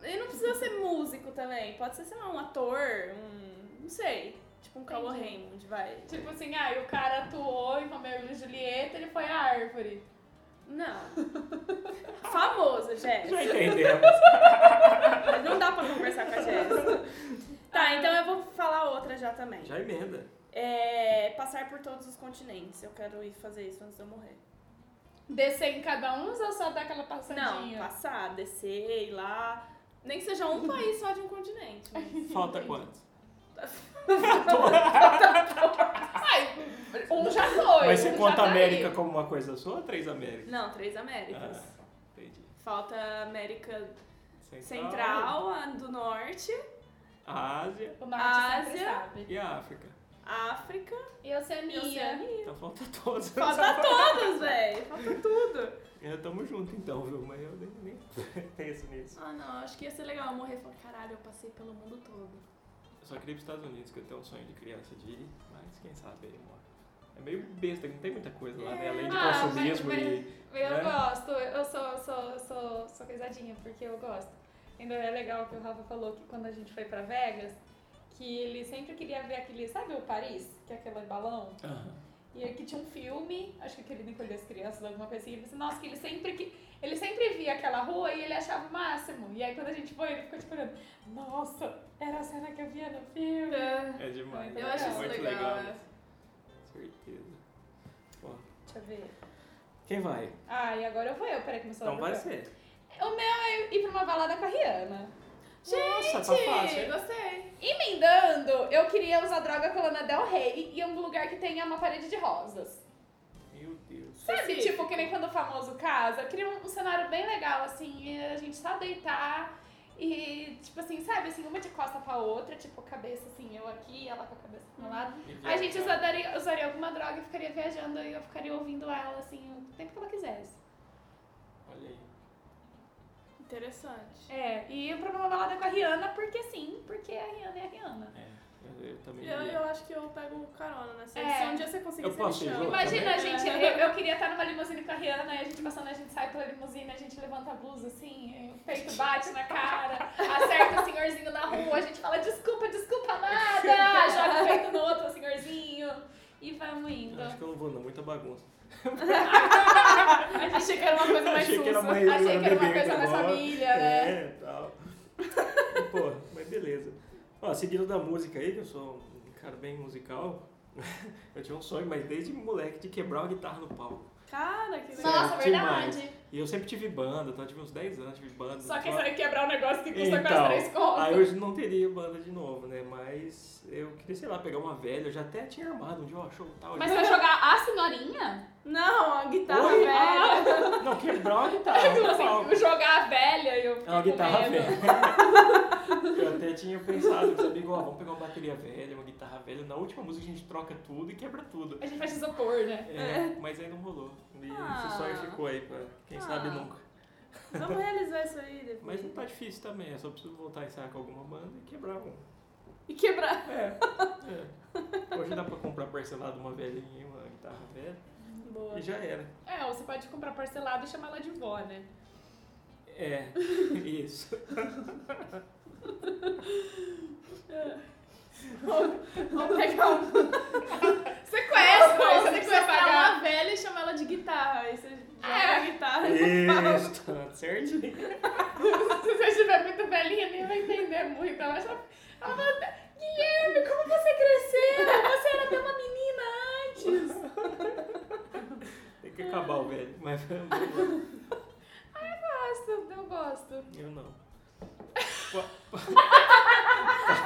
Speaker 1: E não precisa ser músico também. Pode ser, sei lá, um ator, um. não sei. Tipo um Cauã
Speaker 3: Entendi.
Speaker 1: Raymond, vai.
Speaker 3: Tipo assim, ah, e o cara atuou em Romeu e Julieta, ele foi a árvore.
Speaker 1: Não. famoso, Jéssica.
Speaker 2: Já entendemos.
Speaker 1: Mas não dá pra conversar com a Jéssica. Tá, então eu vou falar outra já também.
Speaker 2: Já emenda.
Speaker 1: É, passar por todos os continentes. Eu quero ir fazer isso antes de eu morrer.
Speaker 3: Descer em cada um ou só dar aquela passadinha?
Speaker 1: Não, passar, descer, ir lá. Nem que seja um país só de um continente. mas-
Speaker 2: Falta quantos?
Speaker 3: Ai, um já foi.
Speaker 2: Mas você
Speaker 3: um já
Speaker 2: conta
Speaker 3: tá
Speaker 2: a América
Speaker 3: aí.
Speaker 2: como uma coisa sua ou três Américas?
Speaker 1: Não, três Américas.
Speaker 2: Ah, entendi.
Speaker 1: Falta América Central, a do Norte,
Speaker 2: A Ásia
Speaker 3: O Norte sempre
Speaker 1: Ásia.
Speaker 3: sabe.
Speaker 2: e a África.
Speaker 1: África
Speaker 3: E
Speaker 1: e
Speaker 3: Oceania.
Speaker 1: Oceania.
Speaker 2: Então falta todos.
Speaker 1: Falta todos, velho. Falta tudo.
Speaker 2: Ainda tamo junto então, viu? Mas eu nem, nem penso nisso.
Speaker 1: Ah, não. Acho que ia ser legal eu morrer e falar, caralho, eu passei pelo mundo todo.
Speaker 2: Eu só queria ir pros Estados Unidos, que eu tenho um sonho de criança de ir, mas quem sabe aí, mora. É meio besta, que não tem muita coisa lá, né? Além de
Speaker 3: Ah,
Speaker 2: consumismo
Speaker 3: mas-
Speaker 2: e.
Speaker 3: Eu
Speaker 2: Né?
Speaker 3: gosto, eu sou, sou, sou, sou coisadinha, porque eu gosto. Ainda é legal que o Rafa falou que quando a gente foi pra Vegas, que ele sempre queria ver aquele, sabe o Paris? Que é aquele balão?
Speaker 2: Aham.
Speaker 3: E aqui tinha um filme, acho que aquele do Encolher as Crianças, alguma coisa assim. Ele disse, nossa, que ele sempre que. Ele sempre via aquela rua e ele achava o máximo. E aí quando a gente foi, ele ficou tipo olhando, nossa, era a cena que eu via no filme.
Speaker 4: É.
Speaker 2: É demais.
Speaker 4: Eu acho isso
Speaker 2: muito
Speaker 4: legal.
Speaker 2: legal. né?
Speaker 4: é.
Speaker 2: Certeza. Ó,
Speaker 3: Deixa eu ver.
Speaker 2: Quem vai?
Speaker 3: Ah, e agora eu vou eu, peraí que começou
Speaker 2: Então vai ser.
Speaker 3: O meu é ir pra uma balada com a Rihanna.
Speaker 2: Nossa, tá fácil.
Speaker 4: Gostei.
Speaker 3: Emendando, eu queria usar droga com a Lana Del Rey e um lugar que tenha uma parede de rosas.
Speaker 2: Meu Deus.
Speaker 3: Sabe,
Speaker 4: Específico.
Speaker 3: tipo, que nem quando o famoso casa, eu queria um, um cenário bem legal, assim, e a gente só deitar e, tipo assim, sabe, assim, uma de costa pra outra, tipo, cabeça assim, eu aqui, ela com a cabeça do meu lado. A gente usaria, usaria alguma droga e ficaria viajando e eu ficaria ouvindo ela, assim, o tempo que ela quisesse.
Speaker 2: Olha aí.
Speaker 4: Interessante.
Speaker 3: É, e eu pra uma balada com a Rihanna, porque sim, porque a Rihanna é a Rihanna.
Speaker 2: É, eu, eu também.
Speaker 4: Eu,
Speaker 2: ia.
Speaker 4: eu acho que eu pego carona nessa.
Speaker 3: É.
Speaker 4: Se um dia você conseguir,
Speaker 2: Eu
Speaker 4: você
Speaker 2: posso
Speaker 4: me
Speaker 2: ir
Speaker 4: chama. É.
Speaker 2: junto?
Speaker 3: Imagina, a
Speaker 4: também.
Speaker 3: gente, eu, eu queria estar numa limusine com a Rihanna, aí a gente passando, a gente sai pela limusine, a gente levanta a blusa assim, o peito bate na cara, acerta o senhorzinho na rua, a gente fala desculpa, desculpa nada, joga o peito no outro senhorzinho e vamos indo.
Speaker 2: Acho que eu não vou, não. Muita bagunça.
Speaker 4: Achei que era uma coisa mais
Speaker 2: Achei que era
Speaker 4: sussa.
Speaker 2: mais.
Speaker 3: Achei que era uma
Speaker 2: bebê,
Speaker 3: coisa mais
Speaker 2: agora.
Speaker 3: família, né?
Speaker 2: É, tal. Pô, mas beleza. Ó, seguindo da música aí, que eu sou um cara bem musical, eu tinha um sonho, mas desde moleque, de quebrar uma guitarra no palco.
Speaker 4: Cara, que legal.
Speaker 3: Nossa,
Speaker 2: Certo,
Speaker 3: verdade.
Speaker 2: E eu sempre tive banda, então eu tive uns 10 anos, tive banda.
Speaker 3: Só que
Speaker 2: tal.
Speaker 3: isso aí quebrar um negócio que custa
Speaker 2: Então,
Speaker 3: quase três contos.
Speaker 2: Aí hoje não teria banda de novo, né? Mas eu queria, sei lá, pegar uma velha. Eu já até tinha armado um dia, ó, show tal.
Speaker 3: Mas você vai jogar a senhorinha?
Speaker 4: Não, a guitarra
Speaker 2: Oi?
Speaker 3: É,
Speaker 4: velha.
Speaker 2: Não, quebrar uma guitarra
Speaker 3: Tipo
Speaker 2: no
Speaker 3: assim, né?
Speaker 2: palco.
Speaker 3: jogar a velha e eu
Speaker 2: Tá É uma
Speaker 3: fiquei com
Speaker 2: guitarra
Speaker 3: medo.
Speaker 2: velha. Eu até tinha pensado, meus amigos, ó, vamos pegar uma bateria velha, uma guitarra velha. Na última música a gente troca tudo e quebra tudo.
Speaker 3: A gente faz isopor, né?
Speaker 2: É, mas aí não rolou. E
Speaker 4: Ah.
Speaker 2: esse sonho ficou aí, pra quem
Speaker 4: Ah.
Speaker 2: sabe nunca.
Speaker 3: Ah.
Speaker 4: Vamos realizar isso aí depois.
Speaker 2: Mas não tá difícil também, é só preciso voltar a ensaiar com alguma banda e quebrar um.
Speaker 4: E quebrar.
Speaker 2: É, é. Hoje dá pra comprar parcelado uma velhinha, e uma guitarra velha.
Speaker 4: Boa.
Speaker 2: E já era.
Speaker 3: É, ou você pode comprar parcelado e chamar ela de vó, né?
Speaker 2: É, isso.
Speaker 4: Vamos pegar um.
Speaker 3: Você conhece,
Speaker 4: Ou
Speaker 3: mas
Speaker 4: você
Speaker 3: é você precisa
Speaker 4: sequestrar
Speaker 3: pagar.
Speaker 4: uma velha e chama ela de guitarra. Aí você joga
Speaker 3: É.
Speaker 4: a guitarra.
Speaker 2: Isso, tá certinho.
Speaker 3: Se você estiver muito velhinha, nem vai entender muito. Ela já... Ela fala, Guilherme, como você cresceu? Você era até uma menina antes.
Speaker 2: Tem que acabar o velho, mas vamos lá.
Speaker 3: Gosto, Ah, eu gosto.
Speaker 2: Eu não.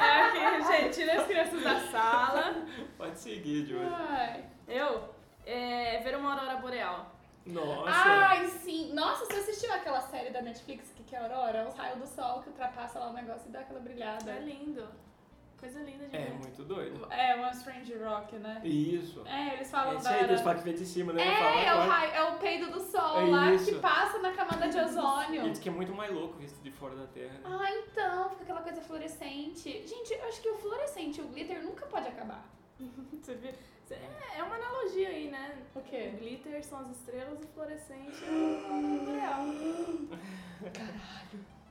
Speaker 4: É aqui, gente, tira as crianças da sala.
Speaker 2: Pode seguir, Júlio.
Speaker 3: Ai.
Speaker 4: Eu, é, ver uma aurora boreal.
Speaker 2: Nossa.
Speaker 3: Ai, sim. Nossa, você assistiu aquela série da Netflix que que é Aurora? Os raios do sol que ultrapassa lá o negócio e dá aquela brilhada.
Speaker 4: É lindo. Coisa linda de
Speaker 2: É
Speaker 4: ver.
Speaker 2: muito doido.
Speaker 3: É, uma Strange Rock, né?
Speaker 2: Isso.
Speaker 3: É, eles
Speaker 2: É
Speaker 3: falam
Speaker 2: isso
Speaker 3: da
Speaker 2: aí,
Speaker 3: Aurora.
Speaker 2: dos fatos que vem de cima, né? Não fala
Speaker 3: É, é o,
Speaker 2: agora.
Speaker 3: raio, é o peido do sol
Speaker 2: É
Speaker 3: lá
Speaker 2: isso.
Speaker 3: que passa na camada de
Speaker 2: E
Speaker 3: ozônio.
Speaker 2: diz que é muito mais louco visto de fora da Terra. né?
Speaker 3: Ah, então, fica aquela coisa fluorescente. Gente, eu acho que o fluorescente, o glitter nunca pode acabar.
Speaker 4: Você vê? Você- É, é uma analogia aí, né?
Speaker 3: O
Speaker 4: O
Speaker 3: quê?
Speaker 4: glitter são as estrelas e fluorescente é uma aurora boreal.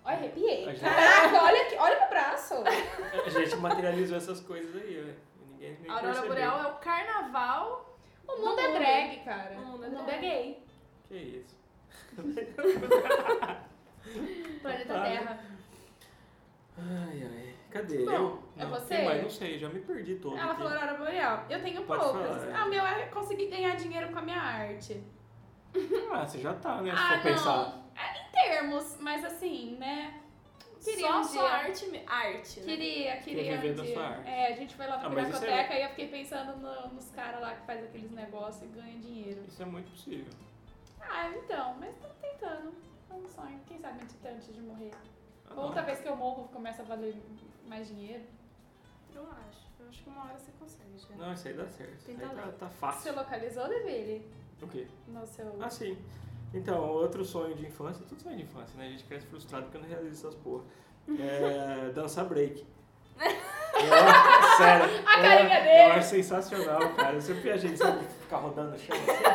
Speaker 3: Olha, arrepiei.
Speaker 2: A gente-
Speaker 3: Caraca, olha aqui, olha meu braço.
Speaker 2: A gente materializou essas coisas aí, né? E ninguém nem
Speaker 4: A aurora
Speaker 2: percebeu.
Speaker 4: boreal é o carnaval.
Speaker 3: O mundo é
Speaker 4: mundo.
Speaker 3: drag, cara.
Speaker 4: O mundo é
Speaker 3: é
Speaker 4: drag.
Speaker 3: gay.
Speaker 2: Que isso.
Speaker 3: Planeta
Speaker 2: Tá.
Speaker 3: Terra.
Speaker 2: Ai, ai. Cadê?
Speaker 3: Bom,
Speaker 2: eu?
Speaker 3: é
Speaker 2: Não,
Speaker 3: você?
Speaker 2: quem mais? não sei, já me perdi todo.
Speaker 3: Ela
Speaker 2: aqui.
Speaker 3: falou aurora boreal. Eu tenho
Speaker 2: Pode
Speaker 3: poucas.
Speaker 2: falar, é.
Speaker 3: Ah, o meu é conseguir ganhar dinheiro com a minha arte.
Speaker 2: Ah, você já tá, né? Se
Speaker 3: ah,
Speaker 2: for
Speaker 3: não.
Speaker 2: pensar.
Speaker 3: É, em termos, mas assim, né? Queria
Speaker 4: só,
Speaker 3: um
Speaker 4: só
Speaker 3: dia.
Speaker 4: arte, me- arte, né?
Speaker 3: Queria, queria.
Speaker 2: Quer viver da
Speaker 3: de-
Speaker 2: sua arte.
Speaker 3: É, a gente foi lá pra
Speaker 2: Ah, mas isso é-
Speaker 3: Pinacoteca e eu fiquei pensando no- nos caras lá que faz aqueles negócios e ganha dinheiro.
Speaker 2: Isso é muito possível.
Speaker 3: Ah, então, mas estamos tentando. É um sonho. Quem sabe antes, antes de morrer.
Speaker 2: Ah,
Speaker 3: Ou
Speaker 2: não.
Speaker 3: talvez que eu morro começa a valer mais dinheiro.
Speaker 4: Eu acho. Eu acho que uma hora você consegue, já.
Speaker 2: Não, isso aí dá certo. Isso aí
Speaker 4: Tenta
Speaker 2: tá,
Speaker 4: lá.
Speaker 2: tá
Speaker 3: Você
Speaker 2: fácil.
Speaker 3: localizou, Deville?
Speaker 2: O quê?
Speaker 3: No seu.
Speaker 2: Ah, sim. Então, outro sonho de infância, tudo sonho de infância, né? A gente cresce frustrado porque não realiza essas porra. É, dançar break. Eu- sério. eu-
Speaker 3: A é carinha dele.
Speaker 2: Eu acho sensacional, cara. Eu sempre viajei, sabe, ficar rodando no chão assim.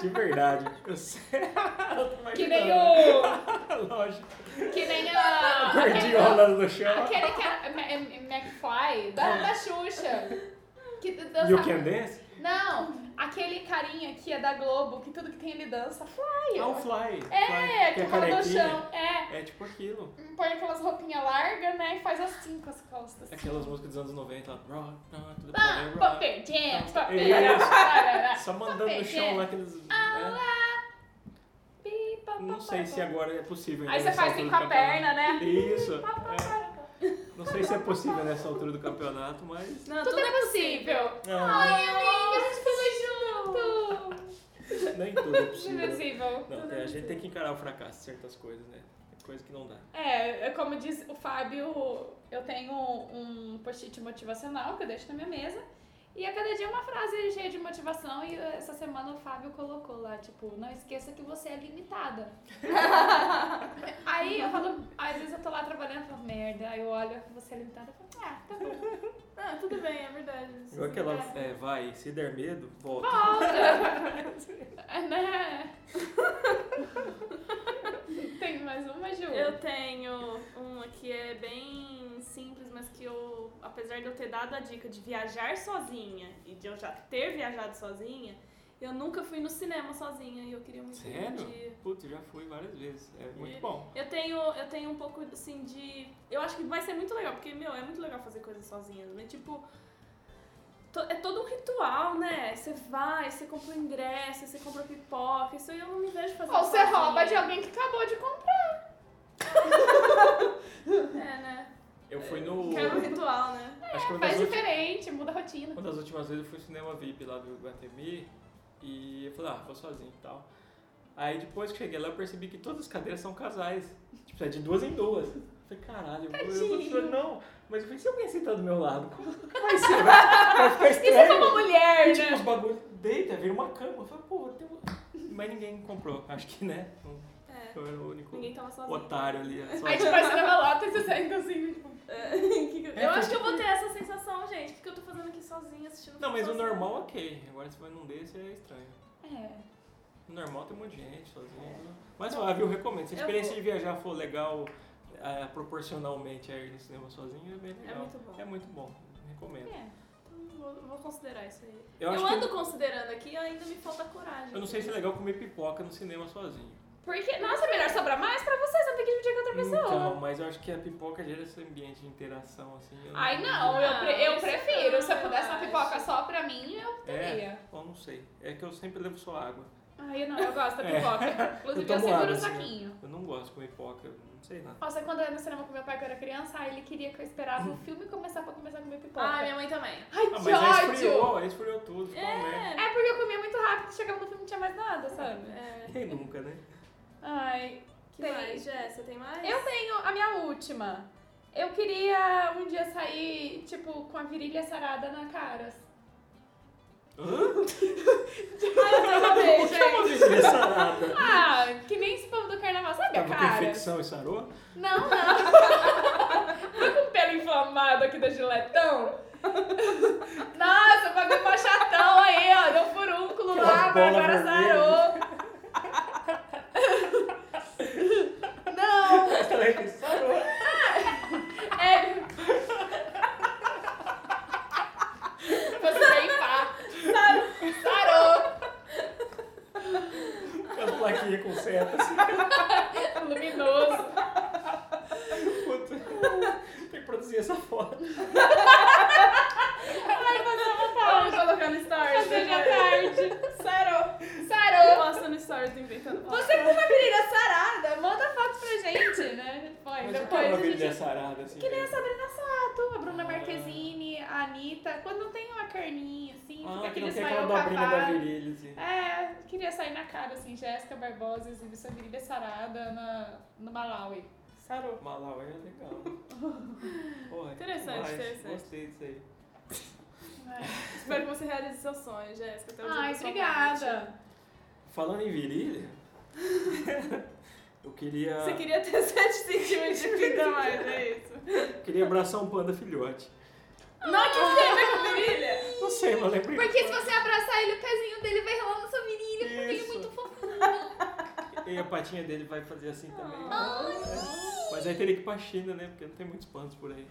Speaker 2: De verdade. Eu, sei- eu tô imaginando.
Speaker 3: que nem o.
Speaker 2: Lógico.
Speaker 3: Que nem a.
Speaker 2: Gordinho
Speaker 3: aquele-
Speaker 2: rolando no chão.
Speaker 3: Aquele que é. é- é- é McFly, da, da Xuxa. Que dança.
Speaker 2: E o Can Dance?
Speaker 3: Não, aquele carinha que é da Globo, que tudo que tem ele dança, fly.
Speaker 2: Ah, o fly.
Speaker 3: É,
Speaker 2: fly, que
Speaker 3: que
Speaker 2: é
Speaker 3: rola no
Speaker 2: carequinha.
Speaker 3: chão. É, um
Speaker 2: É tipo aquilo.
Speaker 3: põe aquelas roupinhas largas, né, e faz assim com as costas. Ah,
Speaker 2: Aquelas músicas dos anos 90, lá. Rock, rock, to the
Speaker 3: Pá,
Speaker 2: party, rock.
Speaker 3: Paper jams, paper
Speaker 2: Isso.
Speaker 3: jams.
Speaker 2: Só mandando no chão lá aqueles.
Speaker 3: Ah,
Speaker 2: né? Não sei se agora é possível.
Speaker 3: Aí
Speaker 2: ainda
Speaker 3: você
Speaker 2: nessa
Speaker 3: faz assim com
Speaker 2: altura
Speaker 3: a
Speaker 2: do campeonato.
Speaker 3: perna, né?
Speaker 2: Isso. é. Não sei se é possível nessa altura do campeonato, mas.
Speaker 1: Não,
Speaker 3: Tudo
Speaker 1: tudo
Speaker 3: é possível.
Speaker 2: Não,
Speaker 3: Ai, amiga, a gente tava junto.
Speaker 2: nem tudo é
Speaker 3: Tudo é
Speaker 2: possível.
Speaker 3: possível.
Speaker 2: Não, é, a gente tem que encarar o fracasso de certas coisas, né? Tem coisa que não dá.
Speaker 3: É, é como diz o Fábio, eu tenho um post-it motivacional que eu deixo na minha mesa. E a cada dia uma frase cheia de motivação. E essa semana o Fábio colocou lá, tipo, não esqueça que você é limitada. aí eu falo, às vezes eu tô lá trabalhando, eu falo, merda. Aí eu olho, você é limitada, eu falo, ah, tá bom.
Speaker 1: Ah, tudo bem, é verdade.
Speaker 2: Igual aquela, é, vai, se der medo, volta.
Speaker 3: Volta! né? Tem mais uma, Ju?
Speaker 1: Eu tenho uma que é bem simples, mas que eu, apesar de eu ter dado a dica de viajar sozinha e de eu já ter viajado sozinha, eu nunca fui no cinema sozinha e eu queria muito ir um
Speaker 2: Sério?
Speaker 1: dia.
Speaker 2: Putz, eu já fui várias vezes. É muito
Speaker 1: E-
Speaker 2: bom.
Speaker 1: Eu tenho, eu tenho um pouco assim de. Eu acho que vai ser muito legal, porque, meu, é muito legal fazer coisas sozinha. Né? Tipo. to- É todo um ritual, né? Você vai, você compra o ingresso, você compra pipoca, isso eu não me vejo fazendo.
Speaker 3: Ou você
Speaker 1: sozinha.
Speaker 3: rouba de alguém que acabou de comprar.
Speaker 1: É, né?
Speaker 2: Eu fui no.
Speaker 1: Que é um ritual, né?
Speaker 2: Acho que é uma das,
Speaker 3: Faz
Speaker 2: últimas,
Speaker 3: diferente, muda a rotina.
Speaker 2: uma das últimas vezes eu fui no cinema VIP lá do Guatemi e eu falei, ah, vou sozinho e tal. Aí depois que cheguei lá eu percebi que todas as cadeiras são casais. Tipo, é de duas em duas. Eu falei, caralho, eu vou, eu vou
Speaker 3: Tadinho.
Speaker 2: não. Mas eu falei, se alguém sentar do meu lado, como é que vai ser? né? Vai ficar estranho.
Speaker 3: é Uma mulher,
Speaker 2: E tipo, os
Speaker 3: né?
Speaker 2: bagulho deita, vira uma cama. Eu falei, pô, tem um... Mas ninguém comprou. Acho que, né?
Speaker 1: É.
Speaker 2: Eu era o único
Speaker 1: Ninguém tava sozinho.
Speaker 2: otário ali. é
Speaker 3: Aí
Speaker 2: sozinho.
Speaker 3: tipo, você leva lota e você saindo assim, tipo...
Speaker 1: É, que que eu-
Speaker 2: É,
Speaker 1: eu acho que
Speaker 2: foi
Speaker 1: eu vou ter essa sensação, gente. O que que eu tô fazendo aqui sozinha assistindo
Speaker 2: Não,
Speaker 1: filme
Speaker 2: mas o
Speaker 1: sozinha?
Speaker 3: assim.
Speaker 2: normal ok. Agora se vai num desse é estranho.
Speaker 3: É.
Speaker 2: O normal tem um monte de gente sozinho. Mas ó, eu recomendo. Se a
Speaker 1: Eu
Speaker 2: experiência
Speaker 1: vou.
Speaker 2: de viajar for legal ah, proporcionalmente a ir no cinema sozinho, é bem
Speaker 1: É
Speaker 2: legal.
Speaker 1: muito bom.
Speaker 2: É muito bom. Recomendo.
Speaker 3: É.
Speaker 1: Então, Vou, vou considerar isso aí.
Speaker 2: Eu,
Speaker 1: Eu,
Speaker 2: acho
Speaker 1: ando
Speaker 2: que.
Speaker 1: considerando aqui e ainda me falta coragem.
Speaker 2: Eu não sei se é legal comer pipoca no cinema sozinho.
Speaker 3: Porque, nossa, é melhor sobrar mais pra vocês, não tem que dividir com outra pessoa.
Speaker 2: Então, mas eu acho que a pipoca gera esse ambiente de interação, assim. eu
Speaker 3: Ai, não, eu, pre-
Speaker 1: Não,
Speaker 3: eu
Speaker 1: isso
Speaker 3: prefiro.
Speaker 1: não,
Speaker 3: Se eu pudesse
Speaker 1: eu
Speaker 3: uma
Speaker 1: acho.
Speaker 3: pipoca só pra mim, eu
Speaker 2: É,
Speaker 3: teria.
Speaker 2: eu não sei. É que eu sempre levo só água.
Speaker 3: Ai, eu não, eu gosto da
Speaker 2: É.
Speaker 3: pipoca. Inclusive, eu,
Speaker 2: tomo
Speaker 3: seguro
Speaker 2: água,
Speaker 3: o
Speaker 2: assim,
Speaker 3: saquinho.
Speaker 2: Eu não gosto de comer pipoca, eu não sei nada.
Speaker 3: Nossa, quando eu ia no cinema com meu pai quando eu era criança, aí ele queria que eu esperasse o filme começar pra começar a comer pipoca.
Speaker 1: Ah, minha mãe também.
Speaker 3: Ai,
Speaker 2: Ah,
Speaker 3: que
Speaker 2: mas aí
Speaker 3: ódio!
Speaker 2: esfriou, aí esfriou tudo, ficou uma merda.
Speaker 3: É porque eu comia muito rápido, chegava no filme e não tinha mais nada, sabe?
Speaker 1: É.
Speaker 2: Quem nunca, né?
Speaker 3: Ai,
Speaker 1: Que
Speaker 3: Tem.
Speaker 1: mais, Jess? Você tem mais?
Speaker 3: eu tenho a minha última. Eu queria um dia sair, tipo, com a virilha sarada na cara.
Speaker 2: Hã?
Speaker 3: Ai, eu não sei,
Speaker 2: Como
Speaker 3: gente.
Speaker 2: assim, essa nada?
Speaker 3: Ah, que nem esse povo do carnaval, sabe a
Speaker 2: Tava com
Speaker 3: cara?
Speaker 2: infecção e sarou?
Speaker 3: Não, não. Tá com o pelo inflamado aqui da Giletão? Nossa, o bagulho mó chatão aí, ó. Deu furúnculo lá,
Speaker 2: Aquela
Speaker 3: mas
Speaker 2: bola
Speaker 3: agora
Speaker 2: vermelha.
Speaker 3: sarou. Não,
Speaker 2: Ela que sarou.
Speaker 3: é... Você tem pá. Sarou.
Speaker 2: Aquela plaquinha com seta, assim,
Speaker 3: Sarou. Luminoso.
Speaker 2: puta. Tem que produzir essa foto.
Speaker 3: Ai, passou uma
Speaker 1: Vamos
Speaker 3: pausa.
Speaker 1: colocar no stories.
Speaker 3: Seja
Speaker 1: né?
Speaker 3: tarde. Sarou. Sarou.
Speaker 1: Eu posto no stories do inventando. Pauta.
Speaker 3: Você com uma virilha sarada, manda foto pra gente, né? Põe,
Speaker 2: Mas o que é
Speaker 3: depois
Speaker 2: uma
Speaker 3: a gente...
Speaker 2: brilha sarada, assim? Ah.
Speaker 3: Que nem a
Speaker 2: mesmo?
Speaker 3: Sabrina Sato, a Bruna Marquezine, a Anitta. Quando tem uma carninha, assim, fica
Speaker 2: Ah, que
Speaker 3: aquele
Speaker 2: não tem aquela
Speaker 3: Ismael
Speaker 2: dobrinha da
Speaker 3: Cavalo.
Speaker 2: virilha, assim.
Speaker 3: É, queria sair na cara, assim, Jéssica Barbosa exibe sua virilha sarada na, no Malawi.
Speaker 1: Sarou.
Speaker 2: Malawi é legal. Porra,
Speaker 1: Interessante,
Speaker 2: mas
Speaker 1: interessante.
Speaker 2: Gostei disso aí.
Speaker 1: Espero que você realize seu sonho, Jéssica.
Speaker 2: Então,
Speaker 1: Até o dia
Speaker 3: Ai,
Speaker 1: da sua morte.
Speaker 3: obrigada.
Speaker 2: Falando em virilha, eu queria,
Speaker 1: Você queria ter 7 centímetros de vida a mais, é isso?
Speaker 2: queria abraçar um panda filhote.
Speaker 1: Não, que teve com virilha?
Speaker 2: Não sei, mas lembrei.
Speaker 3: Porque se você abraçar ele, o pezinho dele vai rolando sua virilha, porque ele é
Speaker 2: Isso.
Speaker 3: muito fofinho.
Speaker 2: E a patinha dele vai fazer assim também.
Speaker 1: Ah.
Speaker 2: É. Mas aí teria que ir pra China, né? Porque não tem muitos pandas por aí.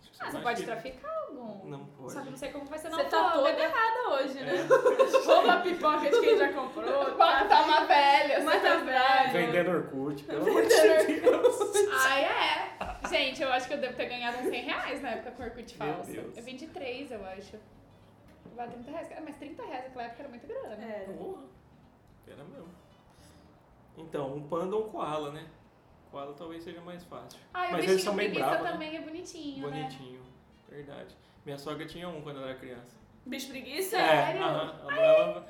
Speaker 2: Acho que
Speaker 3: Ah, você
Speaker 2: Mas
Speaker 3: pode
Speaker 2: que-
Speaker 3: traficar algum.
Speaker 2: Não pode.
Speaker 3: Só que não sei como vai ser na
Speaker 4: Você tá toda
Speaker 3: alfândega.
Speaker 4: errada hoje, né?
Speaker 2: É,
Speaker 4: Rouba a pipoca de quem já comprou.
Speaker 3: Matar uma velha.
Speaker 1: tá
Speaker 4: Mata a velha.
Speaker 2: vendendo Orkut, pelo amor de Deus.
Speaker 3: Ai, é. Gente, eu acho que eu devo ter ganhado uns 100 reais na época com Orkut
Speaker 2: Meu
Speaker 3: falso.
Speaker 2: Deus.
Speaker 3: Eu vendi três, eu acho. Vale 30 reais. Ah, Mas 30 reais naquela época era muito grana.
Speaker 1: É.
Speaker 2: Porra, Era mesmo. Então, um panda ou um koala, né? Koala talvez seja mais fácil.
Speaker 3: Ah, e o
Speaker 2: Mas eles
Speaker 3: bichinho
Speaker 2: são bem
Speaker 3: preguiça
Speaker 2: bravos, né?
Speaker 3: também é bonitinho, né?
Speaker 2: Bonitinho. Verdade. Minha sogra tinha um quando ela era criança.
Speaker 1: Bicho preguiça?
Speaker 3: Sério?
Speaker 2: É, aham, ela morava-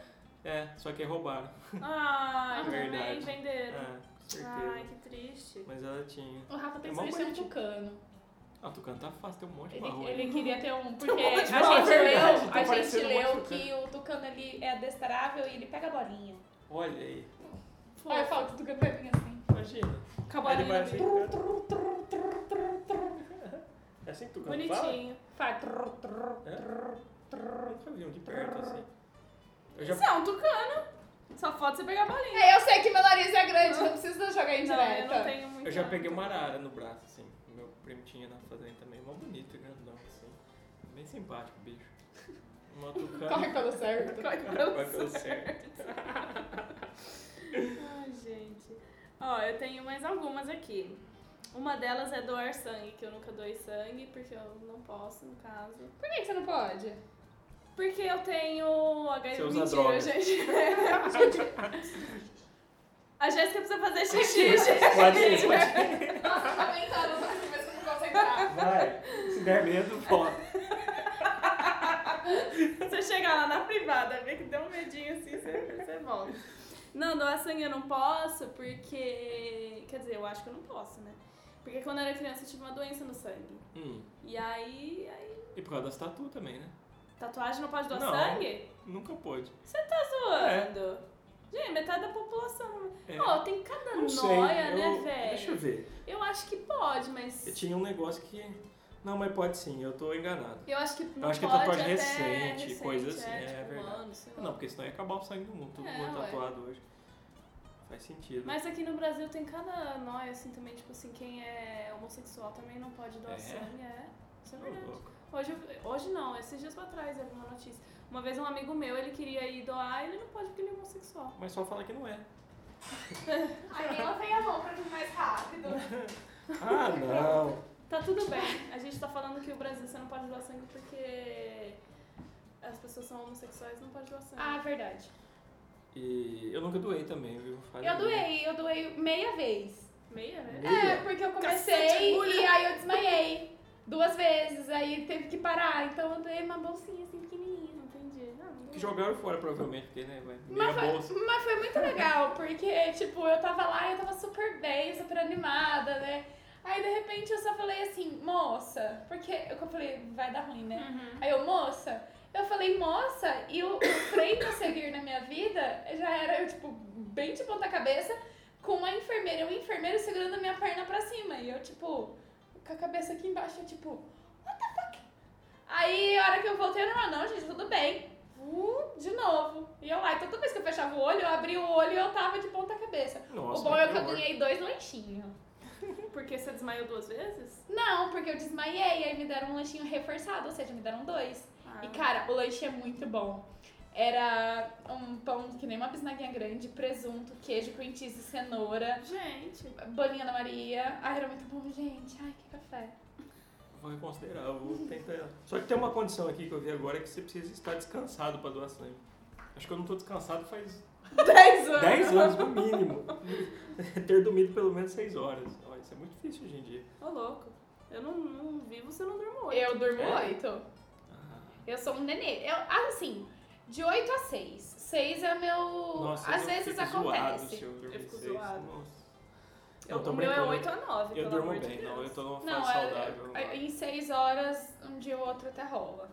Speaker 2: é, só que roubaram.
Speaker 1: Ai, também
Speaker 2: Verdade. É,
Speaker 1: venderam.
Speaker 2: com certeza.
Speaker 1: Ai, que triste.
Speaker 2: Mas ela tinha.
Speaker 3: O Rafa tem
Speaker 2: É
Speaker 3: que
Speaker 2: mó
Speaker 3: vestir um
Speaker 2: bonitinho.
Speaker 3: tucano.
Speaker 2: Ah, Tucano tá fácil, tem um monte de
Speaker 3: Ele,
Speaker 2: barulho.
Speaker 3: ele queria ter um, porque
Speaker 2: monte
Speaker 3: a
Speaker 2: de
Speaker 3: gente
Speaker 2: barulho, é verdade,
Speaker 3: leu,
Speaker 2: tá
Speaker 3: a gente
Speaker 2: parecendo um
Speaker 3: leu
Speaker 2: monte de
Speaker 3: que o tucano ele é adestrável e ele pega a bolinha.
Speaker 2: Olha aí,
Speaker 3: Aí eu falo que o tucano vai vir assim.
Speaker 2: imagina.
Speaker 1: Acabou a
Speaker 2: Ele vai
Speaker 1: linha.
Speaker 2: assim. É assim que Tucano fala?
Speaker 1: Bonitinho.
Speaker 3: Faz trrr, trrr.
Speaker 2: Eu nunca vi um de perto assim. Eu já
Speaker 1: Isso é um tucano. Só falta você pegar a bolinha.
Speaker 3: É, eu sei que meu nariz é grande, não precisa jogar em
Speaker 1: Não, eu
Speaker 3: É, direta.
Speaker 1: não tenho muito.
Speaker 2: Eu já peguei uma arara no braço, assim. Meu primo tinha na fazenda também. Mó bonito, grandão, assim. Bem simpático o bicho. Um Uma tucana.
Speaker 3: Corre pelo certo.
Speaker 1: Corre pelo
Speaker 2: Vai pelo certo.
Speaker 1: Ai, gente. Ó, eu tenho mais algumas aqui. Uma delas é doar sangue, que eu nunca doei sangue, porque eu não posso, no caso.
Speaker 3: Por que que você não pode?
Speaker 1: Porque eu tenho HIV.
Speaker 2: Você usa
Speaker 1: Mentira,
Speaker 2: drogas.
Speaker 1: gente. Gente, A Jéssica precisa fazer xixi, gente.
Speaker 2: Pode ir, pode ir.
Speaker 3: Nossa,
Speaker 2: Tá
Speaker 3: comentaram,
Speaker 2: assim,
Speaker 3: mas eu não concentrar.
Speaker 2: Vai. Se der medo, volta.
Speaker 1: Você chegar lá na privada, ver que deu um medinho assim, você, você volta. Não, doar sangue eu não posso, porque. Quer dizer, eu acho que eu não posso, né? Porque quando eu era criança eu tive uma doença no sangue.
Speaker 2: Hum.
Speaker 1: E aí. aí...
Speaker 2: E por causa das tatu também, né?
Speaker 1: Tatuagem não pode doar
Speaker 2: Não.
Speaker 1: sangue?
Speaker 2: Nunca pôde.
Speaker 1: Você tá zoando. Gente, metade da população.
Speaker 2: É.
Speaker 1: Ó, tem cada
Speaker 2: Não
Speaker 1: noia,
Speaker 2: sei,
Speaker 1: né,
Speaker 2: eu-
Speaker 1: velho?
Speaker 2: Deixa eu ver.
Speaker 1: Eu acho que pode, mas.
Speaker 2: Eu tinha um negócio que. Não, mas pode sim, eu tô enganado.
Speaker 1: Eu acho que não
Speaker 2: acho que é
Speaker 1: pode
Speaker 2: tatuagem
Speaker 1: até
Speaker 2: recente, coisa assim, é
Speaker 1: tipo,
Speaker 2: verdade.
Speaker 1: Um ano, sei lá.
Speaker 2: Não, porque senão ia acabar o sangue do mundo, todo
Speaker 1: É,
Speaker 2: mundo
Speaker 1: ué.
Speaker 2: tatuado hoje. Faz sentido.
Speaker 1: Mas aqui no Brasil tem cada nóia, assim, também, tipo assim, quem é homossexual também não pode doar
Speaker 2: É?
Speaker 1: sangue, é. Isso é
Speaker 2: Ô,
Speaker 1: verdade.
Speaker 2: louco.
Speaker 1: Hoje, eu- hoje não, esses dias pra trás eu vi uma notícia. Uma vez um amigo meu, ele queria ir doar, ele não pode porque ele é homossexual.
Speaker 2: Mas só fala que não é.
Speaker 3: Aí ela tem a mão pra mim mais rápido.
Speaker 2: Ah, não.
Speaker 1: Tá tudo bem, a gente tá falando que o Brasil você não pode doar sangue porque as pessoas são homossexuais e não pode doar sangue.
Speaker 3: Ah, verdade.
Speaker 2: E eu nunca doei também, viu? Faz
Speaker 3: Eu
Speaker 2: um-
Speaker 3: doei, eu doei meia vez.
Speaker 1: Meia, né?
Speaker 3: É,
Speaker 2: Meia?
Speaker 3: porque eu
Speaker 1: Cacete,
Speaker 3: comecei
Speaker 1: agulha.
Speaker 3: e aí eu desmaiei. Duas vezes, aí teve que parar. Então eu doei uma bolsinha assim pequenininha.
Speaker 1: Não entendi. Não, não
Speaker 2: Que jogaram fora, provavelmente, porque, né? Vai. Meia
Speaker 3: Mas
Speaker 2: bolsa.
Speaker 3: foi, mas foi muito legal, porque, tipo, eu tava lá e eu tava super bem, super animada, né? Aí, de repente, eu só falei assim, moça, porque eu falei, vai dar ruim, né?
Speaker 1: Uhum.
Speaker 3: Aí eu, moça, eu falei, moça, e o, o freio a seguir na minha vida já era eu, tipo, bem de ponta cabeça, com uma enfermeira, e um enfermeiro segurando a minha perna pra cima. E eu, tipo, com a cabeça aqui embaixo, eu, tipo, what the fuck? Aí a hora que eu voltei, eu não, não, gente, tudo bem. Uh, de novo. E eu lá, e toda vez que eu fechava o olho, eu abri o olho e eu tava de ponta cabeça.
Speaker 2: Nossa,
Speaker 3: o bom é
Speaker 2: que
Speaker 3: que eu
Speaker 2: horror.
Speaker 3: ganhei dois lanchinhos.
Speaker 1: Uhum. Porque você desmaiou duas vezes?
Speaker 3: Não, porque eu desmaiei, aí me deram um lanchinho reforçado, ou seja, me deram dois.
Speaker 1: Ah.
Speaker 3: E cara, o lanche é muito bom. Era um pão que nem uma bisnaguinha grande, presunto, queijo, cream cheese, cenoura,
Speaker 1: Gente,
Speaker 3: bolinha da Maria. Ai, era muito bom, gente. Ai, que café.
Speaker 2: Vou reconsiderar, eu vou tentar. Só que tem uma condição aqui que eu vi agora é que você precisa estar descansado pra doar sangue. Acho que eu não tô descansado faz
Speaker 1: 10 anos.
Speaker 2: 10 anos no mínimo. Ter dormido pelo menos 6 horas. Olha, isso é muito difícil hoje em dia.
Speaker 1: Ô, louco. Eu não, não vivo se eu não durmo hoje.
Speaker 3: Eu durmo
Speaker 2: É?
Speaker 3: oito.
Speaker 2: Ah.
Speaker 3: Eu sou um nenê. Eu, assim, de oito a seis. Seis é meu. Às
Speaker 2: eu
Speaker 3: vezes
Speaker 2: fico zoado se
Speaker 3: acontece.
Speaker 2: eu dormir
Speaker 1: Eu fico
Speaker 2: seis.
Speaker 1: zoado.
Speaker 2: Nossa.
Speaker 1: Eu-
Speaker 2: Não, tô
Speaker 1: o meu é
Speaker 2: brincando.
Speaker 1: 8 a 9,
Speaker 2: Eu
Speaker 1: pelo
Speaker 2: durmo
Speaker 1: amor de
Speaker 2: bem,
Speaker 1: Deus.
Speaker 2: não, eu tô numa fase
Speaker 3: Não, é,
Speaker 2: saudável.
Speaker 3: é- em seis horas, um dia ou outro até rola.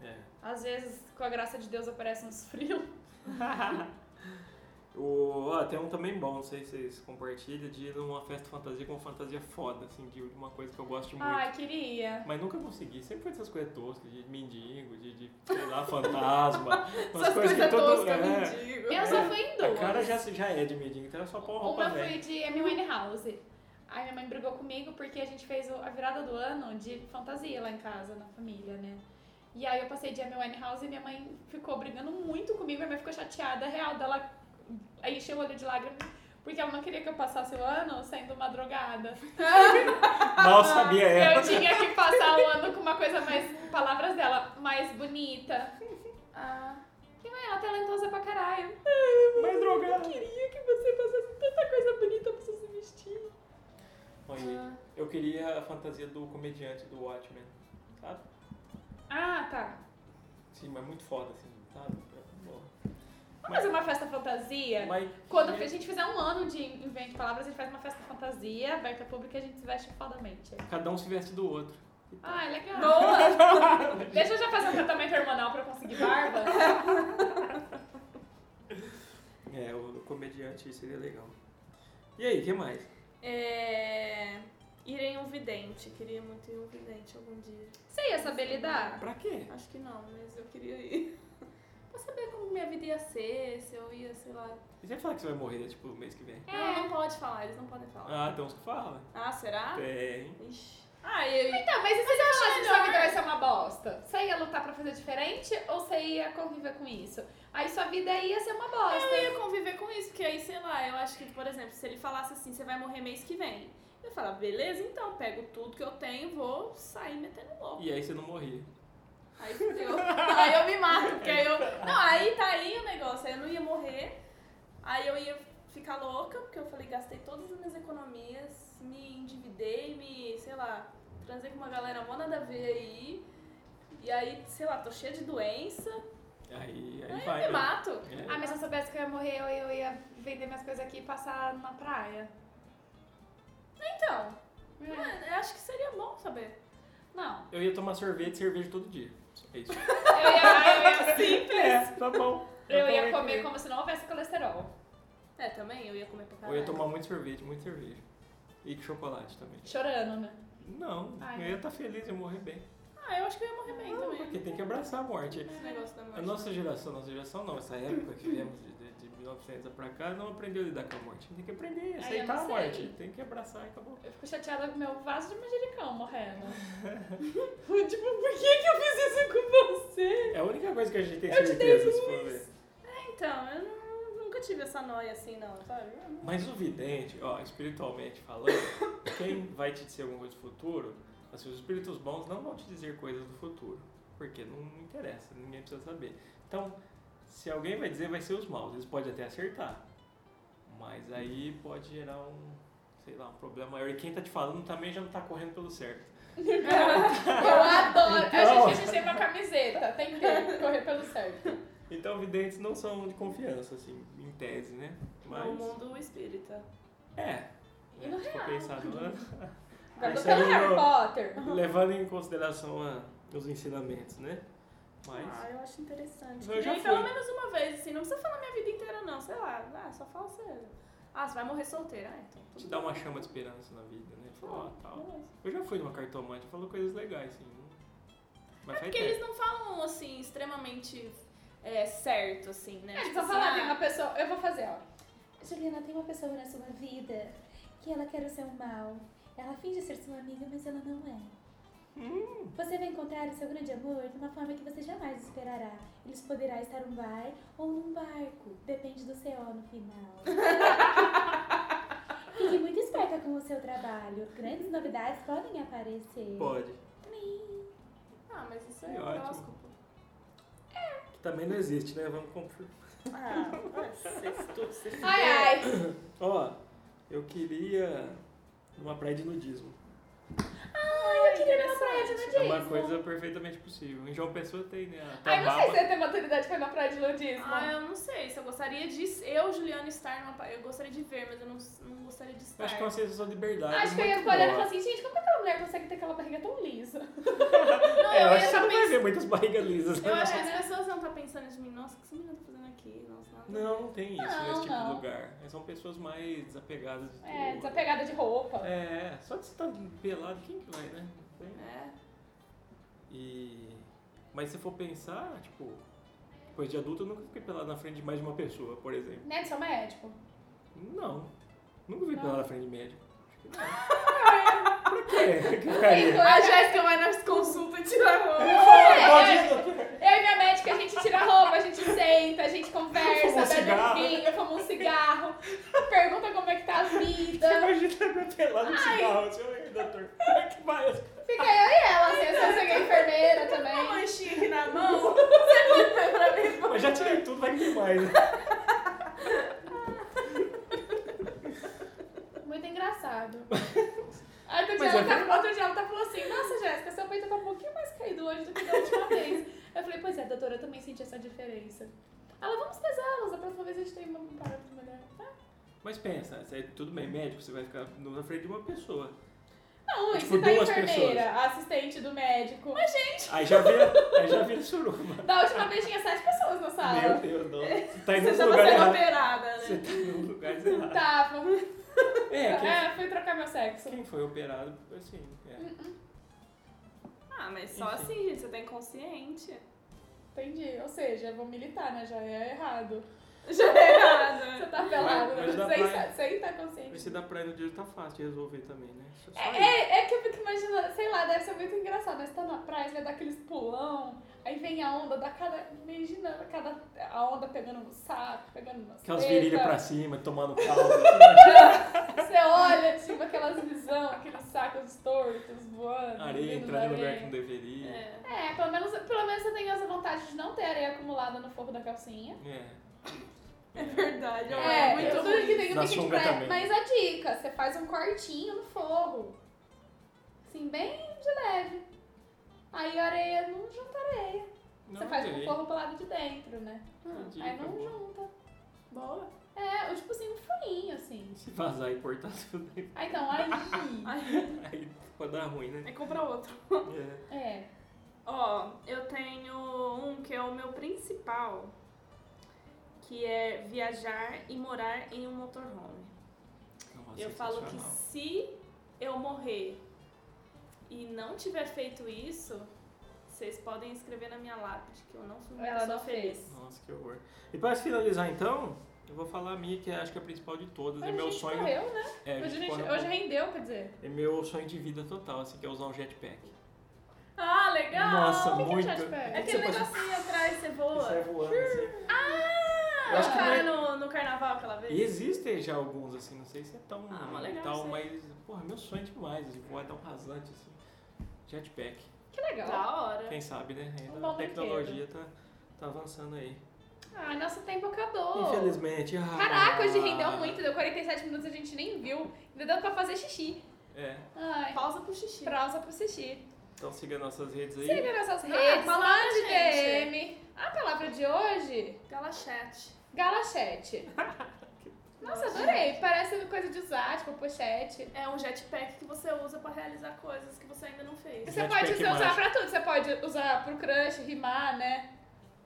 Speaker 2: É.
Speaker 3: Às vezes, com a graça de Deus, aparece uns frios.
Speaker 1: é-
Speaker 2: É. O, ah, tem um também bom, não sei se vocês compartilham, de ir numa festa fantasia com fantasia foda, assim, de uma coisa que eu gosto muito.
Speaker 3: Ai, queria.
Speaker 2: Mas nunca consegui, sempre foi essas coisas toscas, de mendigo, de, de sei lá, fantasma. umas
Speaker 1: Essas coisas toscas,
Speaker 2: é,
Speaker 1: mendigo.
Speaker 3: Eu só fui em duas.
Speaker 2: A cara já, já é de mendigo, então é só pôr uma roupa
Speaker 3: Uma
Speaker 2: velha.
Speaker 3: foi de M. Winehouse. Aí minha mãe brigou comigo porque a gente fez o- a virada do ano de fantasia lá em casa, na família, né? E aí eu passei de Amy Winehouse e minha mãe ficou brigando muito comigo, minha mãe ficou chateada, real, dela aí encheu o olho de lágrimas. Porque ela não queria que eu passasse o ano sendo uma drogada.
Speaker 2: Mal sabia é. ela.
Speaker 3: Eu tinha que passar o ano com uma coisa mais, palavras dela, mais bonita. Ah, e mãe, ela é talentosa pra caralho.
Speaker 2: Mas drogada.
Speaker 3: Eu queria que você passasse tanta coisa bonita pra você se vestir.
Speaker 2: Olha,
Speaker 3: Ah.
Speaker 2: eu queria a fantasia do comediante do Watchmen, sabe?
Speaker 3: Ah, tá.
Speaker 2: Sim, mas muito foda, assim, sabe? Bom.
Speaker 3: Vamos fazer Ah, é uma festa fantasia?
Speaker 2: Mas
Speaker 3: Quando a gente fizer um ano de invento palavras, a gente faz uma festa fantasia, aberta ao público e a gente se veste fodamente.
Speaker 2: cada um se veste do outro.
Speaker 3: Ah, é legal.
Speaker 4: Boa!
Speaker 3: Deixa eu já fazer um tratamento hormonal pra eu conseguir barba.
Speaker 2: É, o comediante seria legal. E aí, o que mais?
Speaker 1: É... Ir em um vidente. Queria muito ir em um vidente algum dia.
Speaker 3: Você ia saber lidar?
Speaker 2: Pra quê?
Speaker 1: Acho que não, mas eu queria ir. Pra saber como minha vida ia ser, se eu ia, sei lá.
Speaker 2: Você vai falar que você vai morrer, tipo, mês que vem.
Speaker 1: Não, não pode falar, eles não podem falar.
Speaker 2: Ah, tem uns que falam.
Speaker 1: Ah, será?
Speaker 2: Tem.
Speaker 1: Ixi. Ah, eu ia.
Speaker 3: Então, mas e se você achasse que sua
Speaker 1: melhor.
Speaker 3: vida vai ser uma bosta? Você ia lutar pra fazer diferente ou você ia conviver com isso? Aí sua vida ia ser uma bosta.
Speaker 1: Eu ia conviver com isso, porque aí, sei lá, eu acho que, por exemplo, se ele falasse assim, você vai morrer mês que vem. Eu ia falar, beleza, então, pego tudo que eu tenho e vou sair metendo louco.
Speaker 2: E aí você não morria.
Speaker 1: Aí fudeu. aí eu me mato, porque aí eu. Não, aí tá aí o negócio. Aí eu não ia morrer. Aí eu ia ficar louca, porque eu falei, gastei todas as minhas economias, me endividei, me, sei lá, transei com uma galera mó nada a ver aí. E aí, sei lá, tô cheia de doença.
Speaker 2: Aí, aí
Speaker 1: Aí
Speaker 2: vai.
Speaker 1: eu me
Speaker 2: né?
Speaker 1: mato.
Speaker 2: É.
Speaker 3: Ah, mas se eu soubesse que eu ia morrer, eu, eu ia vender minhas coisas aqui e passar numa praia.
Speaker 1: Então,
Speaker 3: É.
Speaker 1: é, eu acho que seria bom saber.
Speaker 3: Não.
Speaker 2: Eu ia tomar sorvete e cerveja todo dia. Só isso.
Speaker 3: Eu ia, eu ia,
Speaker 2: é, tá bom.
Speaker 3: eu ia
Speaker 2: Aproveitei.
Speaker 3: comer como se não houvesse colesterol.
Speaker 1: É, também eu ia comer pra
Speaker 2: Eu
Speaker 1: caralho.
Speaker 2: ia tomar muito sorvete, muito cerveja. E chocolate também.
Speaker 3: Chorando, né?
Speaker 2: Não,
Speaker 3: Ai, né?
Speaker 2: eu ia estar feliz e morrer bem.
Speaker 1: Ah, eu acho que eu ia morrer bem também.
Speaker 2: Porque tem que abraçar a morte.
Speaker 1: Esse negócio da
Speaker 2: A
Speaker 1: morte.
Speaker 2: nossa geração, nossa geração não, essa época que viemos de, de, de 1900 pra cá, não aprendeu a lidar com a morte. Tem que aprender a
Speaker 3: Ai, eu não
Speaker 2: aceitar a
Speaker 3: sei.
Speaker 2: morte. Tem que abraçar e acabou.
Speaker 3: Eu fico chateada com meu vaso de manjericão morrendo. tipo, por que, que eu fiz isso com você?
Speaker 2: É a única coisa que a gente tem
Speaker 3: Eu te dei
Speaker 2: certeza, se for ver.
Speaker 1: Então, eu não- nunca tive essa noia assim, não, sabe?
Speaker 2: Mas o vidente, ó, espiritualmente falando, quem vai te dizer alguma coisa do futuro, assim, os espíritos bons não vão te dizer coisas do futuro. Porque não interessa, ninguém precisa saber. Então, se alguém vai dizer, vai ser os maus. Eles podem até acertar. Mas aí pode gerar um, sei lá, um problema maior. E quem tá te falando também já não tá correndo pelo certo.
Speaker 3: Eu adoro.
Speaker 2: Então-
Speaker 3: A, gente, a gente tem uma camiseta. Tem que ter, correr pelo certo.
Speaker 2: Então, videntes não são de confiança, assim, em tese, né?
Speaker 1: No
Speaker 2: Mas,
Speaker 1: mundo espírita.
Speaker 2: é.
Speaker 3: E no
Speaker 2: Se for
Speaker 3: real?
Speaker 2: pensar no-
Speaker 3: Guardou
Speaker 2: Isso aí
Speaker 3: pelo Harry
Speaker 2: não-
Speaker 3: Potter.
Speaker 2: levando em consideração a- os ensinamentos, né?
Speaker 1: Ah,
Speaker 2: Mas
Speaker 1: eu acho interessante.
Speaker 2: Eu já
Speaker 1: e
Speaker 2: fui.
Speaker 1: pelo menos uma vez, assim, não precisa falar minha vida inteira, não. Sei lá, ah, só fala sério. Ah, você vai morrer solteira. Ah, então.
Speaker 2: te
Speaker 1: Tudo
Speaker 2: dá uma chama de esperança na vida, né? Falar, ah, tal.
Speaker 1: beleza.
Speaker 2: Eu já fui numa cartomante, falou coisas legais, assim. não- Mas
Speaker 1: É
Speaker 2: faz
Speaker 1: porque
Speaker 2: tempo.
Speaker 1: eles não falam, assim, extremamente é, certo, assim, né?
Speaker 3: É,
Speaker 1: Tipo
Speaker 3: só
Speaker 1: assim,
Speaker 3: falar,
Speaker 1: ah,
Speaker 3: tem uma pessoa. Eu vou fazer, ó.
Speaker 5: Juliana, tem uma pessoa na sua vida que ela quer o seu mal. Ela finge ser sua amiga, mas ela não é. Você vai encontrar o seu grande amor de uma forma que você jamais esperará. Eles poderá estar num bar ou num barco. Depende do CO no final. Fique muito esperta com o seu trabalho. Grandes novidades podem aparecer.
Speaker 2: Pode.
Speaker 5: Plim.
Speaker 1: Ah, mas isso
Speaker 2: Que
Speaker 1: é
Speaker 2: ótimo.
Speaker 1: horóscopo.
Speaker 2: Que também não existe, né? Vamos conferir.
Speaker 1: Ah, vocês tudo, vocês
Speaker 3: Ai, ai.
Speaker 2: Ó, eu queria uma praia de nudismo.
Speaker 3: Ai, eu queria ir na praia de
Speaker 2: É uma
Speaker 3: nudismo.
Speaker 2: coisa perfeitamente possível. Em João Pessoa tem, né? A
Speaker 3: Ai, não
Speaker 2: Tababa.
Speaker 3: sei se eu ia ter maturidade pra ir na praia de nudismo.
Speaker 1: Ah, eu não sei se eu gostaria de. Eu, Juliana, estar numa. pa- Eu gostaria de ver, mas eu não, não gostaria de estar.
Speaker 2: Acho que é uma sensação de liberdade.
Speaker 3: Acho que eu ia
Speaker 2: muito
Speaker 3: ficar olhando e
Speaker 2: boa.
Speaker 3: falar assim, gente, como é que aquela mulher consegue ter aquela barriga tão lisa?
Speaker 1: Não,
Speaker 2: É, eu
Speaker 1: eu
Speaker 2: acho
Speaker 1: ia
Speaker 2: que você
Speaker 1: tá
Speaker 2: não vai
Speaker 1: pensando-
Speaker 2: ver muitas barrigas lisas.
Speaker 1: Eu
Speaker 2: né?
Speaker 1: acho que as pessoas vão estar pensando de mim, nossa, o que esse menino tá fazendo aqui? Nossa, nada a ver.
Speaker 2: Não, não tem isso
Speaker 3: Não,
Speaker 2: nesse tipo de
Speaker 3: não.
Speaker 2: lugar. São pessoas mais desapegadas de
Speaker 3: É,
Speaker 2: tudo.
Speaker 3: desapegada de roupa.
Speaker 2: É, só de você tá pelado, quem que vai, né? Não tem.
Speaker 1: É.
Speaker 2: E... Mas se for pensar, tipo, coisa de adulto, eu nunca fiquei pelado na frente de mais de uma pessoa, por exemplo.
Speaker 3: Né, de ser médico.
Speaker 2: Não. Nunca fui
Speaker 3: Não.
Speaker 2: pelado na frente de médico. Acho que É, que ficaria.
Speaker 1: A Jéssica vai nas consultas tirar roupa.
Speaker 3: Eu e minha médica, a gente tira a roupa, a gente senta, a gente
Speaker 2: Fuma um
Speaker 3: conversa, bebe um
Speaker 2: cigarro.
Speaker 3: vinho, fuma um cigarro, pergunta como é que tá a vida.
Speaker 2: Imagina meu pelado no cigarro, assim, "Oi, doutor. Como é que vai?
Speaker 3: Fica eu e ela, assim, eu sou enfermeira
Speaker 1: Uma
Speaker 3: também.
Speaker 1: manchinha aqui na mão. Você liga pra mim. pô.
Speaker 2: Eu já tirei tudo, vai que tem mais.
Speaker 3: Muito engraçado. Aí outro dia,
Speaker 2: Mas
Speaker 3: ela
Speaker 2: é
Speaker 3: tá, outro dia ela tá falando assim, nossa Jéssica, seu peito tá um pouquinho mais caído hoje do que da última vez. Eu falei, pois é, doutora, eu também senti essa diferença. Ela, vamos pesá-los, a próxima vez a gente tem uma parada melhor. Tá?
Speaker 2: Mas pensa, você- é tudo bem, médico, você vai ficar na frente de uma pessoa.
Speaker 3: Não, e
Speaker 2: Tipo,
Speaker 3: se tá a
Speaker 2: duas
Speaker 3: enfermeira, a assistente do médico. Mas, gente,
Speaker 2: Aí já vira, aí já vira suruma.
Speaker 3: da última vez tinha sete pessoas na sala.
Speaker 2: Meu Deus, não.
Speaker 3: É.
Speaker 2: Você tá indo
Speaker 1: Você
Speaker 2: no
Speaker 1: já
Speaker 2: lugar
Speaker 1: tá sendo
Speaker 2: errado.
Speaker 1: operada,
Speaker 2: Você
Speaker 1: né?
Speaker 2: tá indo no lugar errado.
Speaker 3: Tava.
Speaker 2: É, quem,
Speaker 3: É, Hum, fui trocar meu sexo.
Speaker 2: quem foi operado, assim, é.
Speaker 1: Ah, mas só
Speaker 2: Enfim.
Speaker 1: assim, gente. Você tá inconsciente.
Speaker 3: Entendi. Ou seja, vou militar, né? Já é errado.
Speaker 1: Já é errado. né?
Speaker 3: Você tá pelado,
Speaker 2: Mas- mas dá
Speaker 3: né? Sem,
Speaker 2: pra-
Speaker 3: sa- sem estar consciente.
Speaker 2: Mas se dá pra ir no dia tá fácil de resolver também, né? Só só
Speaker 3: É,
Speaker 2: isso.
Speaker 3: é, é que eu fico imaginando, sei lá, deve ser muito engraçado, né? Você tá na praia, você dá aqueles pulão, aí vem a onda, dá cada. Imagina cada, a onda pegando no saco, pegando nas
Speaker 2: Aquelas
Speaker 3: tetas.
Speaker 2: virilhas pra cima, tomando caldo. assim,
Speaker 3: Você olha, tipo, aquelas visão, aqueles sacos tortos voando.
Speaker 2: areia
Speaker 3: vindo
Speaker 2: entrando
Speaker 3: da
Speaker 2: no lugar
Speaker 3: areia.
Speaker 2: que não deveria. É.
Speaker 1: É.
Speaker 3: É, pelo menos, pelo menos você tem essa vontade de não ter areia acumulada no forro da calcinha.
Speaker 1: É verdade. ó,
Speaker 3: É,
Speaker 1: É, muito
Speaker 3: tudo
Speaker 1: ruim.
Speaker 3: que tem
Speaker 2: Na
Speaker 3: um de
Speaker 2: sunga
Speaker 3: praia.
Speaker 2: também.
Speaker 3: Mas a dica, você faz um cortinho no forro. Assim, bem de leve. Aí a areia não junta areia.
Speaker 2: Não,
Speaker 3: você faz com o
Speaker 2: ok.
Speaker 3: forro pro lado de dentro, né?
Speaker 2: Entendi,
Speaker 3: Aí
Speaker 2: tá
Speaker 3: não
Speaker 2: bom.
Speaker 3: junta.
Speaker 1: Boa.
Speaker 3: É, ou tipo assim, um furinho, assim.
Speaker 2: Se vazar e cortar tudo, aí-
Speaker 3: Aí então, aí.
Speaker 2: aí pode dar ruim, né?
Speaker 1: É comprar outro.
Speaker 2: É.
Speaker 3: é.
Speaker 1: Ó, eu tenho um que é o meu principal, que é viajar e morar em um motorhome.
Speaker 2: Nossa,
Speaker 1: Eu falo que
Speaker 2: sensacional.
Speaker 1: se eu morrer e não tiver feito isso, vocês podem escrever na minha lápide que eu não fui uma
Speaker 3: Ela
Speaker 1: pessoa
Speaker 3: não fez.
Speaker 1: feliz.
Speaker 2: Nossa, que horror. E pra finalizar, então, eu vou falar a minha, que é, acho que é a principal de todas.
Speaker 3: Hoje
Speaker 2: é
Speaker 3: a
Speaker 2: meu
Speaker 3: gente
Speaker 2: sonho.
Speaker 3: correu, né?
Speaker 2: É, a
Speaker 3: Hoje, a
Speaker 2: gente
Speaker 3: gente-
Speaker 2: corre um
Speaker 3: hoje
Speaker 2: pouco.
Speaker 3: rendeu, quer dizer.
Speaker 2: É meu sonho de vida total, assim, que é usar um jetpack.
Speaker 1: Ah, legal!
Speaker 2: Nossa,
Speaker 3: o que que é Hum.
Speaker 2: muito.
Speaker 3: jetpack?
Speaker 1: É
Speaker 2: Você
Speaker 1: aquele
Speaker 2: pode-
Speaker 1: negocinho atrás, você
Speaker 2: Você vai
Speaker 1: voa.
Speaker 2: voando, assim.
Speaker 1: Ah!
Speaker 2: Eu acho que
Speaker 1: que
Speaker 2: não é-
Speaker 1: no, no carnaval aquela vez.
Speaker 2: E existem já alguns, assim, não sei se é tão
Speaker 1: Ah, mas legal
Speaker 2: tal,
Speaker 1: isso aí.
Speaker 2: mas, porra, meu sonho é demais, de voar tão rasante, assim. Jetpack.
Speaker 3: Que legal.
Speaker 1: Da hora.
Speaker 2: Quem sabe, né?
Speaker 3: Um
Speaker 2: Ainda
Speaker 3: bom
Speaker 2: a tecnologia tá, tá avançando aí.
Speaker 3: Ah, nosso tempo acabou.
Speaker 2: Infelizmente. ah.
Speaker 3: Caraca, hoje rendeu muito, deu 47 minutos, a gente nem viu. Ainda deu pra fazer xixi.
Speaker 2: É.
Speaker 3: Ai,
Speaker 1: Pausa pro xixi.
Speaker 3: pausa pro xixi.
Speaker 2: Então siga nossas redes aí.
Speaker 3: Siga nossas
Speaker 1: Não,
Speaker 3: redes,
Speaker 1: fala pra
Speaker 3: mande
Speaker 1: gente.
Speaker 3: DM. A palavra de hoje,
Speaker 1: Gala chat.
Speaker 3: galachete. Nossa, adorei. Parece coisa de usar, tipo pochete.
Speaker 1: É um jetpack que você usa pra realizar coisas que você ainda não fez.
Speaker 3: Você
Speaker 2: Jetpack
Speaker 3: pode usar
Speaker 2: mágico.
Speaker 3: pra tudo. Você pode usar pro crush, rimar, né?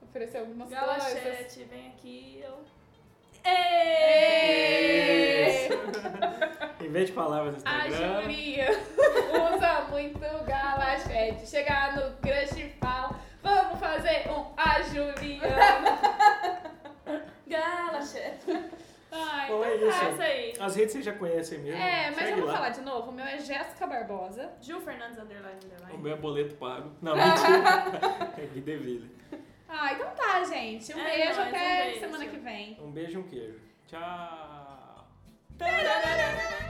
Speaker 3: Oferecer algumas
Speaker 1: Gala
Speaker 3: coisas.
Speaker 1: chat, vem aqui, eu...
Speaker 3: Ê!
Speaker 2: É Invente palavras no
Speaker 3: A
Speaker 2: Instagram.
Speaker 3: Julia usa muito galachete. Chegar no crush e fala, vamos fazer um a Julia.
Speaker 1: Gala chat.
Speaker 3: Ai,
Speaker 2: Bom, é
Speaker 3: então tá.
Speaker 1: Ah, isso aí.
Speaker 2: As redes vocês já conhecem mesmo.
Speaker 3: É, mas
Speaker 2: Segue
Speaker 3: eu vou
Speaker 2: lá.
Speaker 3: falar de novo. O meu é Jéssica Barbosa.
Speaker 1: Gil Fernandes Underline Underline.
Speaker 2: O meu é boleto pago. Não, mentira. é Guideville.
Speaker 3: Ah, então tá, gente. Um
Speaker 1: É
Speaker 3: beijo
Speaker 1: nóis,
Speaker 3: até
Speaker 1: um beijo.
Speaker 3: semana que vem.
Speaker 2: Um beijo e um queijo. Tchau.
Speaker 1: Tadadadadada.